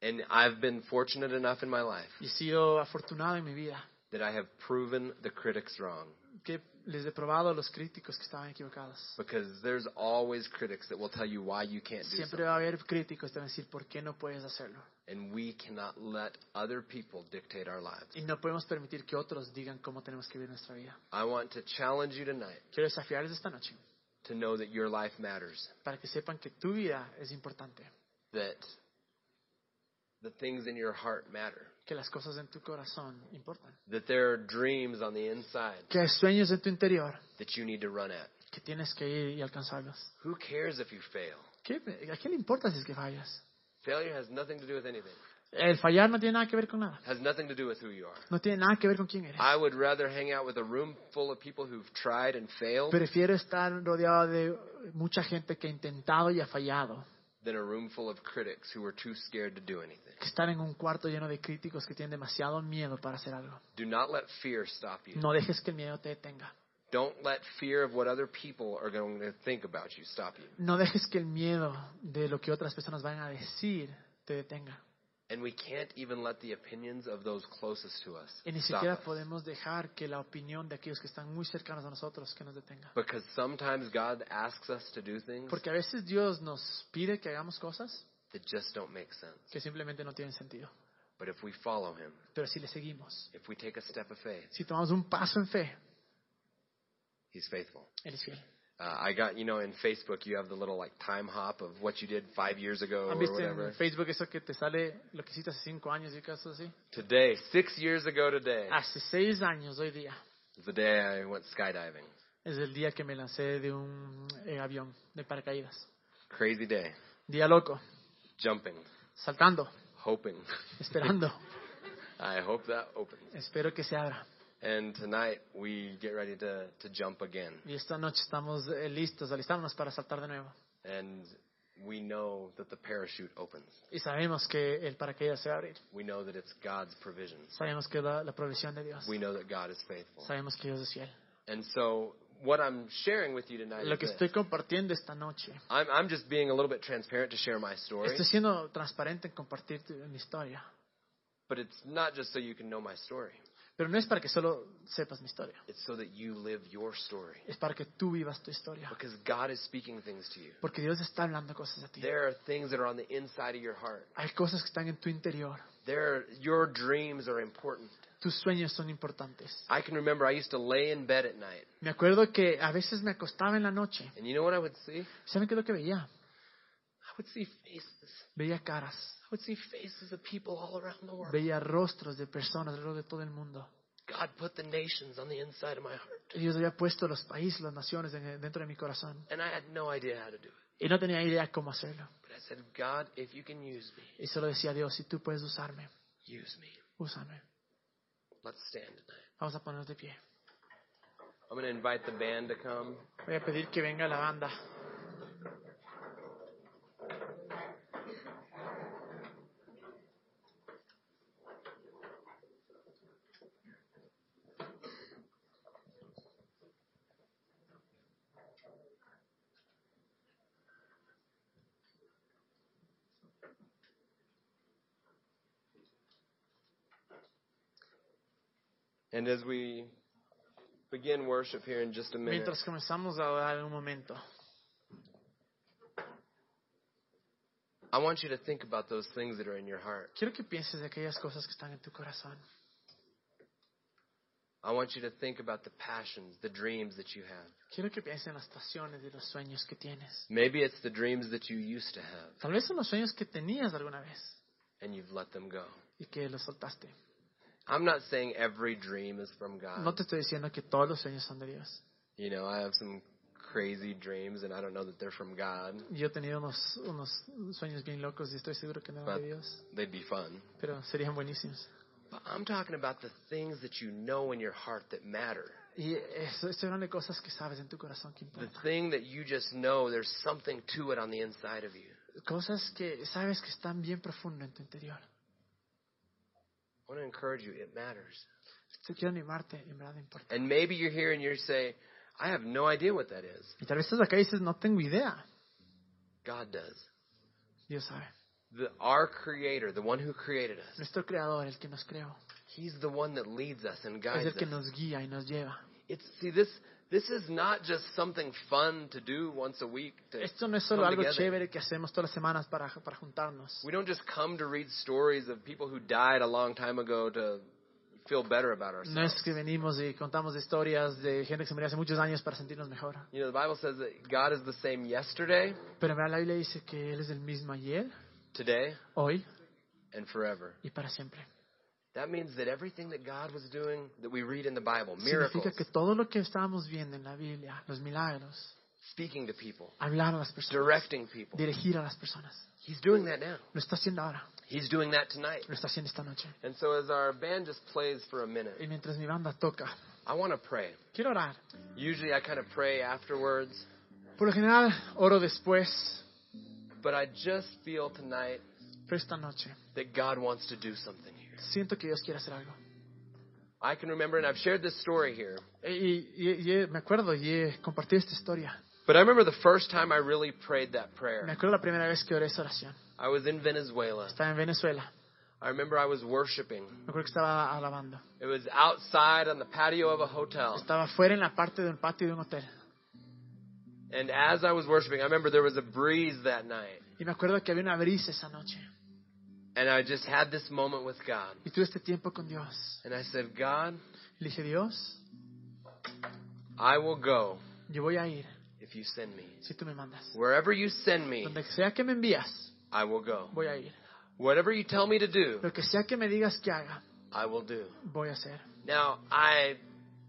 Speaker 1: And I've been fortunate enough in my life
Speaker 2: Y he sido afortunado en mi vida
Speaker 1: that I have proven the critics wrong.
Speaker 2: que les he probado a los críticos que estaban equivocados.
Speaker 1: Because there's always critics that will tell you why you can't do
Speaker 2: Siempre
Speaker 1: something.
Speaker 2: va a haber críticos que te van a decir por qué no puedes hacerlo.
Speaker 1: And we cannot let other people dictate our lives.
Speaker 2: Y no podemos permitir que otros digan cómo tenemos que vivir nuestra vida.
Speaker 1: I want to challenge you tonight
Speaker 2: Quiero desafiarles esta noche
Speaker 1: to know that your life matters.
Speaker 2: para que sepan que tu vida es importante,
Speaker 1: That the things in your heart matter.
Speaker 2: que las cosas en tu corazón importan,
Speaker 1: That there are dreams on the inside
Speaker 2: que hay sueños en tu interior
Speaker 1: that you need to run at.
Speaker 2: que tienes que ir y alcanzarlos.
Speaker 1: Who cares if you fail?
Speaker 2: ¿Qué- ¿A quién le importa si es que fallas?
Speaker 1: Failure has nothing to do with anything.
Speaker 2: El fallar no tiene nada que ver con nada.
Speaker 1: has nothing to do with who you are.
Speaker 2: No tiene nada que ver con quién eres.
Speaker 1: I would rather hang out with a room full of people who've tried and failed
Speaker 2: Prefiero estar rodeado de mucha gente que ha intentado y ha fallado
Speaker 1: than a room full of critics who are too scared to do anything.
Speaker 2: que estar en un cuarto lleno de críticos que tienen demasiado miedo para hacer algo.
Speaker 1: Do not let fear stop you.
Speaker 2: No dejes que el miedo te detenga.
Speaker 1: Don't let fear of what other people are going to think about you stop you.
Speaker 2: No dejes que el miedo de lo que otras personas van a decir te detenga.
Speaker 1: And we can't even let the opinions of those closest to us
Speaker 2: Y ni
Speaker 1: stop
Speaker 2: siquiera
Speaker 1: us.
Speaker 2: podemos dejar que la opinión de aquellos que están muy cercanos a nosotros que nos detenga.
Speaker 1: Because sometimes God asks us to do things
Speaker 2: Porque a veces Dios nos pide que hagamos cosas
Speaker 1: that just don't make sense.
Speaker 2: que simplemente no tienen sentido.
Speaker 1: But if we follow Him,
Speaker 2: Pero si le seguimos,
Speaker 1: if we take a step of faith,
Speaker 2: si tomamos un paso en fe,
Speaker 1: He's faithful.
Speaker 2: Él es fiel.
Speaker 1: Uh, I got, you know, in Facebook, you have the little like time hop of what you did five years ago or
Speaker 2: ¿Han visto
Speaker 1: whatever.
Speaker 2: en Facebook eso que te sale lo que hiciste hace cinco años y cosas así?
Speaker 1: Today, six years ago today,
Speaker 2: Hace seis años hoy día
Speaker 1: is the day I went skydiving.
Speaker 2: es el día que me lancé de un eh, avión de paracaídas.
Speaker 1: Crazy day.
Speaker 2: Día loco,
Speaker 1: Jumping.
Speaker 2: saltando,
Speaker 1: Hoping.
Speaker 2: esperando.
Speaker 1: I hope that opens.
Speaker 2: Espero que se abra.
Speaker 1: And tonight, we get ready to, to jump again.
Speaker 2: Y esta noche estamos eh, listos, alistámonos para saltar de nuevo.
Speaker 1: And we know that the parachute opens.
Speaker 2: Y sabemos que el paracaídas se va a abrir.
Speaker 1: We know that it's God's provisions.
Speaker 2: Sabemos que es la, la provisión de Dios.
Speaker 1: We know that God is faithful.
Speaker 2: Sabemos que Dios es fiel.
Speaker 1: And so what I'm sharing with you tonight
Speaker 2: Lo
Speaker 1: is
Speaker 2: que
Speaker 1: this.
Speaker 2: estoy compartiendo esta noche.
Speaker 1: I'm, I'm just being a little bit transparent to share my story,
Speaker 2: Estoy siendo transparente en compartir tu- mi historia.
Speaker 1: but it's not just so you can know my story.
Speaker 2: Pero no es para que solo sepas mi historia.
Speaker 1: It's so that you live your story.
Speaker 2: Es para que tú vivas tu historia.
Speaker 1: Because God is speaking things to you.
Speaker 2: Porque Dios está hablando cosas a ti.
Speaker 1: There are things that are on the inside of your heart.
Speaker 2: Hay cosas que están en tu interior.
Speaker 1: There, are, your dreams are important.
Speaker 2: Tus sueños son importantes.
Speaker 1: I can remember I used to lay in bed at night,
Speaker 2: Me acuerdo que a veces me acostaba en la noche.
Speaker 1: and you know what I would see?
Speaker 2: ¿Saben qué es lo que veía?
Speaker 1: I would see faces.
Speaker 2: Veía caras.
Speaker 1: I would see faces of people all around the world.
Speaker 2: Veía rostros de personas alrededor de todo el mundo.
Speaker 1: God put the nations on the inside of my heart,
Speaker 2: Dios había puesto los países, las naciones en- dentro de mi corazón.
Speaker 1: and I had no idea how to do it.
Speaker 2: Y no tenía idea cómo hacerlo.
Speaker 1: But I said, God, if you can use me,
Speaker 2: Y solo decía Dios, si tú puedes usarme,
Speaker 1: use me.
Speaker 2: úsame.
Speaker 1: Let's stand tonight.
Speaker 2: Vamos a ponernos de pie.
Speaker 1: I'm going to invite the band to come.
Speaker 2: Voy a pedir que venga la banda.
Speaker 1: And as we begin worship here in just a minute,
Speaker 2: Mientras comenzamos a orar en un momento,
Speaker 1: I want you to think about those things that are in your heart.
Speaker 2: quiero que pienses de aquellas cosas que están en tu corazón.
Speaker 1: I want you to think about the passions, the dreams that you have.
Speaker 2: Quiero que pienses en las pasiones y los sueños que tienes.
Speaker 1: Maybe it's the dreams that you used to have
Speaker 2: Tal vez son los sueños que tenías alguna vez
Speaker 1: and you've let them go.
Speaker 2: y que los soltaste.
Speaker 1: I'm not saying every dream is from God.
Speaker 2: No te estoy diciendo que todos los sueños son de Dios.
Speaker 1: You know, I have some crazy dreams and I don't know that they're from God,
Speaker 2: Yo he tenido unos, unos sueños bien locos y estoy seguro que no eran de Dios,
Speaker 1: they'd be fun.
Speaker 2: pero serían buenísimos.
Speaker 1: But I'm talking about the things that you know in your heart that matter.
Speaker 2: Y eso, estoy hablando de cosas que sabes en tu corazón que
Speaker 1: The
Speaker 2: importan.
Speaker 1: thing that you just know there's something to it on the inside of you.
Speaker 2: Cosas que sabes que están bien profundo en tu interior.
Speaker 1: I want to encourage you, it matters.
Speaker 2: Te quiero animarte, en verdad importa.
Speaker 1: And maybe you're here and you say, I have no idea what that is.
Speaker 2: Y tal vez estás acá y dices, no tengo idea.
Speaker 1: God does.
Speaker 2: Dios sabe.
Speaker 1: The, our creator, the one who created us,
Speaker 2: Nuestro creador, el que nos creó,
Speaker 1: he's the one that leads us and
Speaker 2: es
Speaker 1: guides
Speaker 2: el que
Speaker 1: us.
Speaker 2: nos guía y nos lleva.
Speaker 1: It's see this this is not just something fun to do once a week to
Speaker 2: Esto no es solo
Speaker 1: come
Speaker 2: algo
Speaker 1: together.
Speaker 2: chévere que hacemos todas las semanas para, para juntarnos.
Speaker 1: We don't just come to read stories of people who died a long time ago to feel better about ourselves.
Speaker 2: No es que venimos y contamos historias de gente que se murió hace muchos años para sentirnos mejor.
Speaker 1: You know, the Bible says that God is the same yesterday,
Speaker 2: Pero en verdad la Biblia dice que Él es el mismo ayer,
Speaker 1: today,
Speaker 2: hoy
Speaker 1: and forever.
Speaker 2: y para siempre.
Speaker 1: That means that everything that God was doing that we read in the Bible,
Speaker 2: Significa
Speaker 1: miracles,
Speaker 2: que todo lo que estábamos viendo en la Biblia, los milagros,
Speaker 1: speaking to people,
Speaker 2: hablar a las personas,
Speaker 1: directing people,
Speaker 2: dirigir a las personas,
Speaker 1: He's doing that now.
Speaker 2: lo está haciendo ahora,
Speaker 1: He's doing that tonight.
Speaker 2: lo está haciendo esta noche.
Speaker 1: And so as our band just plays for a minute,
Speaker 2: Y mientras mi banda toca,
Speaker 1: I want to pray.
Speaker 2: quiero orar.
Speaker 1: Usually I kind of pray afterwards,
Speaker 2: Por lo general oro después,
Speaker 1: but I just feel tonight
Speaker 2: pero esta noche
Speaker 1: that God wants to do something here.
Speaker 2: siento que Dios quiere hacer algo.
Speaker 1: I can remember, and I've shared this story here,
Speaker 2: Y, y- y me acuerdo y he compartido esta historia.
Speaker 1: but I remember the first time I really prayed that
Speaker 2: Me
Speaker 1: prayer.
Speaker 2: acuerdo la primera vez que oré esa oración.
Speaker 1: I was in Venezuela.
Speaker 2: Estaba en Venezuela.
Speaker 1: I remember I was worshiping.
Speaker 2: Me acuerdo que estaba alabando.
Speaker 1: It was outside on the patio of a hotel.
Speaker 2: Estaba afuera en la parte de un patio de un hotel.
Speaker 1: And as I was worshiping, I remember there was a breeze that night.
Speaker 2: Y me acuerdo que había una brisa esa noche.
Speaker 1: And I just had this moment with God.
Speaker 2: Y tuve este tiempo con Dios.
Speaker 1: And I said, God,
Speaker 2: Y le dije, Dios,
Speaker 1: I will go
Speaker 2: yo voy a ir
Speaker 1: if you send me.
Speaker 2: si tú me mandas.
Speaker 1: Wherever you send me,
Speaker 2: Donde sea que me envías,
Speaker 1: I will go.
Speaker 2: voy a ir.
Speaker 1: Whatever you tell me to do,
Speaker 2: Lo que sea que me digas que haga,
Speaker 1: I will do.
Speaker 2: voy a hacer.
Speaker 1: Now, I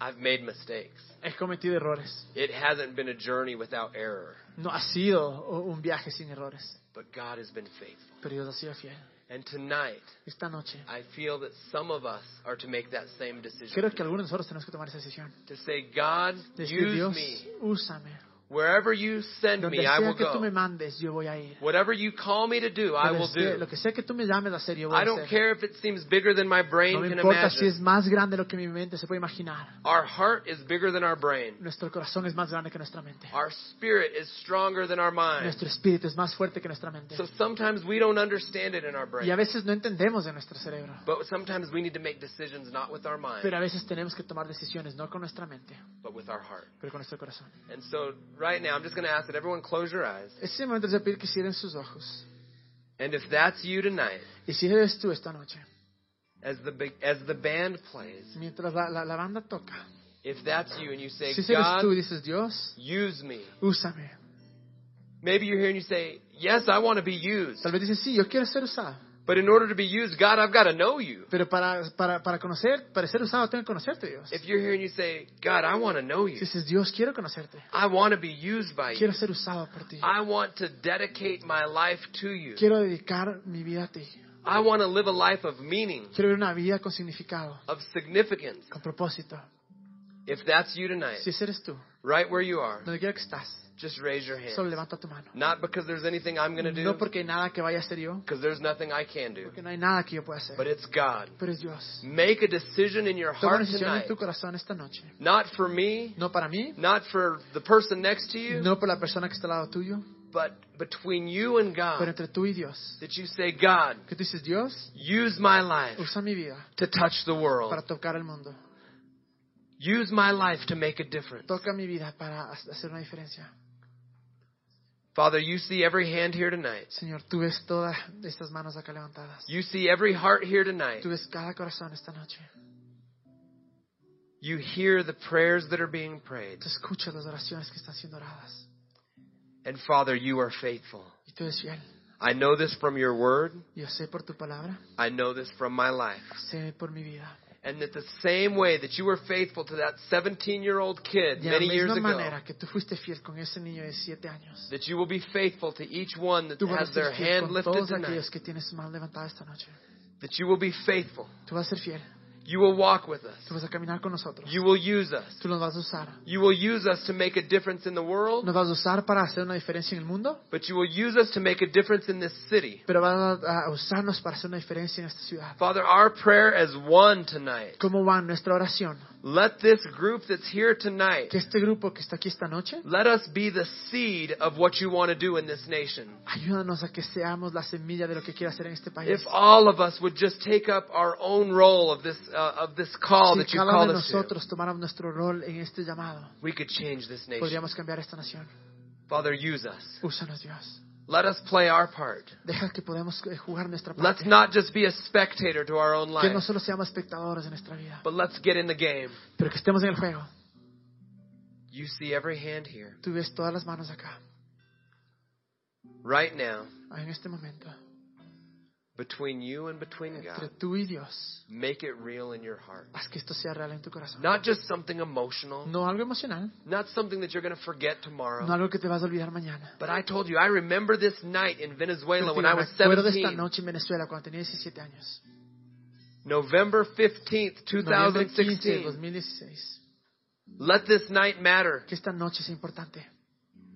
Speaker 1: I've made mistakes.
Speaker 2: He cometido errores.
Speaker 1: It hasn't been a journey without error,
Speaker 2: No ha sido un viaje sin errores.
Speaker 1: but God has been faithful.
Speaker 2: Pero Dios ha sido fiel.
Speaker 1: And tonight,
Speaker 2: Esta noche,
Speaker 1: I feel that some of us are to make that same
Speaker 2: creo
Speaker 1: decision.
Speaker 2: que algunos de nosotros tenemos que tomar esa decisión.
Speaker 1: To say, God,
Speaker 2: Decir,
Speaker 1: use
Speaker 2: Dios,
Speaker 1: me.
Speaker 2: úsame.
Speaker 1: Wherever you send
Speaker 2: Donde
Speaker 1: me, I
Speaker 2: sea
Speaker 1: will
Speaker 2: que tú me
Speaker 1: go.
Speaker 2: mandes, yo voy a ir.
Speaker 1: Whatever you call me to do, I
Speaker 2: Donde
Speaker 1: will
Speaker 2: sea-
Speaker 1: do.
Speaker 2: Lo que sea que tú me llames a hacer, yo voy
Speaker 1: I
Speaker 2: a
Speaker 1: don't
Speaker 2: hacer.
Speaker 1: care if it seems bigger than my brain
Speaker 2: No me
Speaker 1: can
Speaker 2: importa si
Speaker 1: imagine.
Speaker 2: es más grande de lo que mi mente se puede imaginar.
Speaker 1: Our heart is bigger than our brain.
Speaker 2: Nuestro corazón es más grande que nuestra mente.
Speaker 1: Our spirit is stronger than our mind.
Speaker 2: Nuestro espíritu es más fuerte que nuestra mente.
Speaker 1: So sometimes we don't understand it in our
Speaker 2: Y a
Speaker 1: brain.
Speaker 2: veces no entendemos de nuestro cerebro.
Speaker 1: But sometimes we need to make decisions not with our mind,
Speaker 2: Pero a veces tenemos que tomar decisiones, no con nuestra mente,
Speaker 1: but with our heart.
Speaker 2: pero con nuestro corazón.
Speaker 1: And so right now, I'm just going to ask that everyone close your eyes.
Speaker 2: En Este momento les voy a pedir que cierren sus ojos.
Speaker 1: And if that's you tonight,
Speaker 2: Y si eres tú esta noche,
Speaker 1: as the, big- as the band plays,
Speaker 2: mientras la, la- la banda toca,
Speaker 1: if that's you and you say,
Speaker 2: si eres
Speaker 1: God,
Speaker 2: tú y dices, Dios,
Speaker 1: use me.
Speaker 2: úsame.
Speaker 1: Maybe you're here and you say, yes, I want to be used.
Speaker 2: Tal vez dices, sí, yo quiero ser usado.
Speaker 1: But in order to be used, God, I've got to know you.
Speaker 2: Pero para, para, para conocer, para ser usado, tengo que conocerte, Dios.
Speaker 1: If you're here and you say, God, I want to know
Speaker 2: Si
Speaker 1: you.
Speaker 2: dices, Dios, quiero conocerte.
Speaker 1: I want to be used by you.
Speaker 2: Quiero ser usado por ti.
Speaker 1: I want to dedicate my life to you.
Speaker 2: Quiero dedicar mi vida a ti.
Speaker 1: I want to live a life of meaning,
Speaker 2: Quiero vivir una vida con significado,
Speaker 1: of significance.
Speaker 2: con propósito.
Speaker 1: If that's you tonight,
Speaker 2: Si ese eres tú,
Speaker 1: right where you are,
Speaker 2: donde quiera que estás,
Speaker 1: just raise your hand.
Speaker 2: solo levanta tu mano.
Speaker 1: Not because there's anything I'm going to Eh. do,
Speaker 2: No porque nada que vaya a hacer yo,
Speaker 1: because there's nothing I can do,
Speaker 2: porque no hay nada que yo pueda hacer.
Speaker 1: but it's God.
Speaker 2: Pero es Dios.
Speaker 1: Make a decision in your
Speaker 2: Toma
Speaker 1: heart
Speaker 2: una decisión en
Speaker 1: tonight.
Speaker 2: tu corazón esta noche.
Speaker 1: Not for me,
Speaker 2: No para mí,
Speaker 1: not for the person next to you,
Speaker 2: no por la persona que está al lado tuyo,
Speaker 1: but between you and
Speaker 2: pero
Speaker 1: God.
Speaker 2: entre tú y Dios.
Speaker 1: That you say, God,
Speaker 2: Que tú dices, Dios,
Speaker 1: use my life
Speaker 2: usa mi vida
Speaker 1: to touch the world.
Speaker 2: para tocar el mundo.
Speaker 1: Use my life to make a difference.
Speaker 2: Toca mi vida para ha- hacer una diferencia.
Speaker 1: Father, you see every hand here tonight.
Speaker 2: Señor, tú ves todas estas manos acá levantadas.
Speaker 1: You see every heart here tonight.
Speaker 2: Tú ves cada corazón esta noche.
Speaker 1: You hear the prayers that are being prayed.
Speaker 2: Tú escuchas las oraciones que están siendo oradas.
Speaker 1: And Father, you are faithful.
Speaker 2: Y tú eres fiel.
Speaker 1: I know this from your word.
Speaker 2: Yo sé por tu palabra,
Speaker 1: I know this from my life.
Speaker 2: sé por mi vida.
Speaker 1: And that the same way that you were faithful to that 17 year old kid
Speaker 2: De la
Speaker 1: many years
Speaker 2: misma
Speaker 1: ago,
Speaker 2: manera que tú fuiste fiel con ese niño de siete años.
Speaker 1: that you will be faithful to each one that
Speaker 2: Tú vas
Speaker 1: has
Speaker 2: a
Speaker 1: their
Speaker 2: ser fiel
Speaker 1: hand
Speaker 2: con
Speaker 1: lifted
Speaker 2: todos
Speaker 1: tonight,
Speaker 2: aquellos que tienes su mano levantada esta noche.
Speaker 1: that you will be faithful.
Speaker 2: Tú vas a ser fiel.
Speaker 1: You will walk with
Speaker 2: Tú
Speaker 1: us.
Speaker 2: vas a caminar con nosotros.
Speaker 1: You will use us.
Speaker 2: Tú nos vas a usar.
Speaker 1: You will use us to make a difference in the world,
Speaker 2: Nos vas a usar para hacer una diferencia en el mundo,
Speaker 1: but you will use us to make a difference in this city.
Speaker 2: pero vas a a usarnos para hacer una diferencia en esta ciudad.
Speaker 1: Father, our prayer is one tonight.
Speaker 2: ¿Cómo va nuestra oración?
Speaker 1: Let this group that's here tonight,
Speaker 2: Que este grupo que está aquí esta noche,
Speaker 1: let us be the seed of what you want to do in this nation.
Speaker 2: ayúdanos a que seamos la semilla de lo que quiere hacer en este país.
Speaker 1: If all of us would just take up our own role of this uh, of this call that
Speaker 2: Si
Speaker 1: you
Speaker 2: cada uno
Speaker 1: called
Speaker 2: de
Speaker 1: us to,
Speaker 2: nosotros tomáramos nuestro rol en este llamado,
Speaker 1: we could change this nation.
Speaker 2: podríamos cambiar esta nación.
Speaker 1: Father, use us.
Speaker 2: Úsanos, Dios.
Speaker 1: Let us play our part.
Speaker 2: Deja que podamos eh, jugar nuestra
Speaker 1: Let's
Speaker 2: parte.
Speaker 1: not just be a spectator to our own
Speaker 2: Que no
Speaker 1: life,
Speaker 2: solo seamos espectadores de nuestra vida,
Speaker 1: but let's get in the game.
Speaker 2: pero que estemos en el juego.
Speaker 1: You see every hand here
Speaker 2: Tú ves todas las manos acá,
Speaker 1: right now
Speaker 2: en este momento,
Speaker 1: between you and between
Speaker 2: entre
Speaker 1: God.
Speaker 2: tú y Dios.
Speaker 1: Make it real in your heart.
Speaker 2: Haz que esto sea real en tu corazón.
Speaker 1: Not just something emotional,
Speaker 2: No algo emocional,
Speaker 1: not something that you're going to forget tomorrow.
Speaker 2: no algo que te vas a olvidar mañana.
Speaker 1: But I told you, I remember this night in Venezuela
Speaker 2: Pero
Speaker 1: when
Speaker 2: te
Speaker 1: I was
Speaker 2: me acuerdo de esta
Speaker 1: 17,
Speaker 2: noche en Venezuela cuando tenía 17 años.
Speaker 1: November 15th,
Speaker 2: Noviembre 15
Speaker 1: 2016.
Speaker 2: de 2016.
Speaker 1: Let this night matter.
Speaker 2: Que esta noche es importante.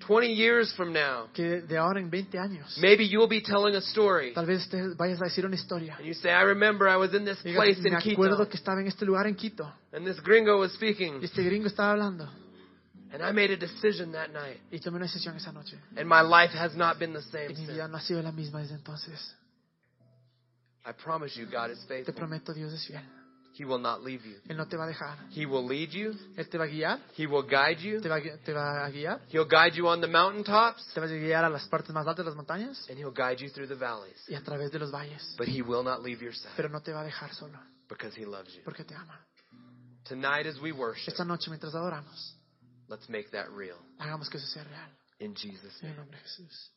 Speaker 1: 20 years from now,
Speaker 2: Que de ahora en 20 años,
Speaker 1: maybe you'll be telling a story.
Speaker 2: tal vez te vayas a decir una historia.
Speaker 1: And you say, I remember I was in this
Speaker 2: Digas,
Speaker 1: place in
Speaker 2: me acuerdo
Speaker 1: Quito,
Speaker 2: que estaba en este lugar en Quito
Speaker 1: and this gringo was
Speaker 2: y
Speaker 1: speaking,
Speaker 2: este gringo estaba hablando
Speaker 1: and I made a decision that night,
Speaker 2: y tomé una decisión esa noche.
Speaker 1: and my life has not been the same
Speaker 2: Y mi
Speaker 1: since.
Speaker 2: vida no ha sido la misma desde entonces.
Speaker 1: I promise you, God is
Speaker 2: Te
Speaker 1: faithful.
Speaker 2: prometo, Dios es fiel.
Speaker 1: He will not leave you.
Speaker 2: Él no te va a dejar.
Speaker 1: He will lead you.
Speaker 2: Él te va a guiar,
Speaker 1: He will guide you.
Speaker 2: te va a, gui- te va a guiar,
Speaker 1: He'll guide you on the mountaintops,
Speaker 2: te va a guiar a las partes más altas de las montañas
Speaker 1: and he'll guide you through the valleys.
Speaker 2: y a través de los valles.
Speaker 1: But he will not leave your side
Speaker 2: Pero no te va a dejar solo,
Speaker 1: because he loves you.
Speaker 2: porque te ama.
Speaker 1: Tonight, as we worship,
Speaker 2: Esta noche, mientras adoramos,
Speaker 1: let's make that real.
Speaker 2: hagamos que eso sea real.
Speaker 1: In Jesus'
Speaker 2: En
Speaker 1: name.
Speaker 2: el nombre de Jesús.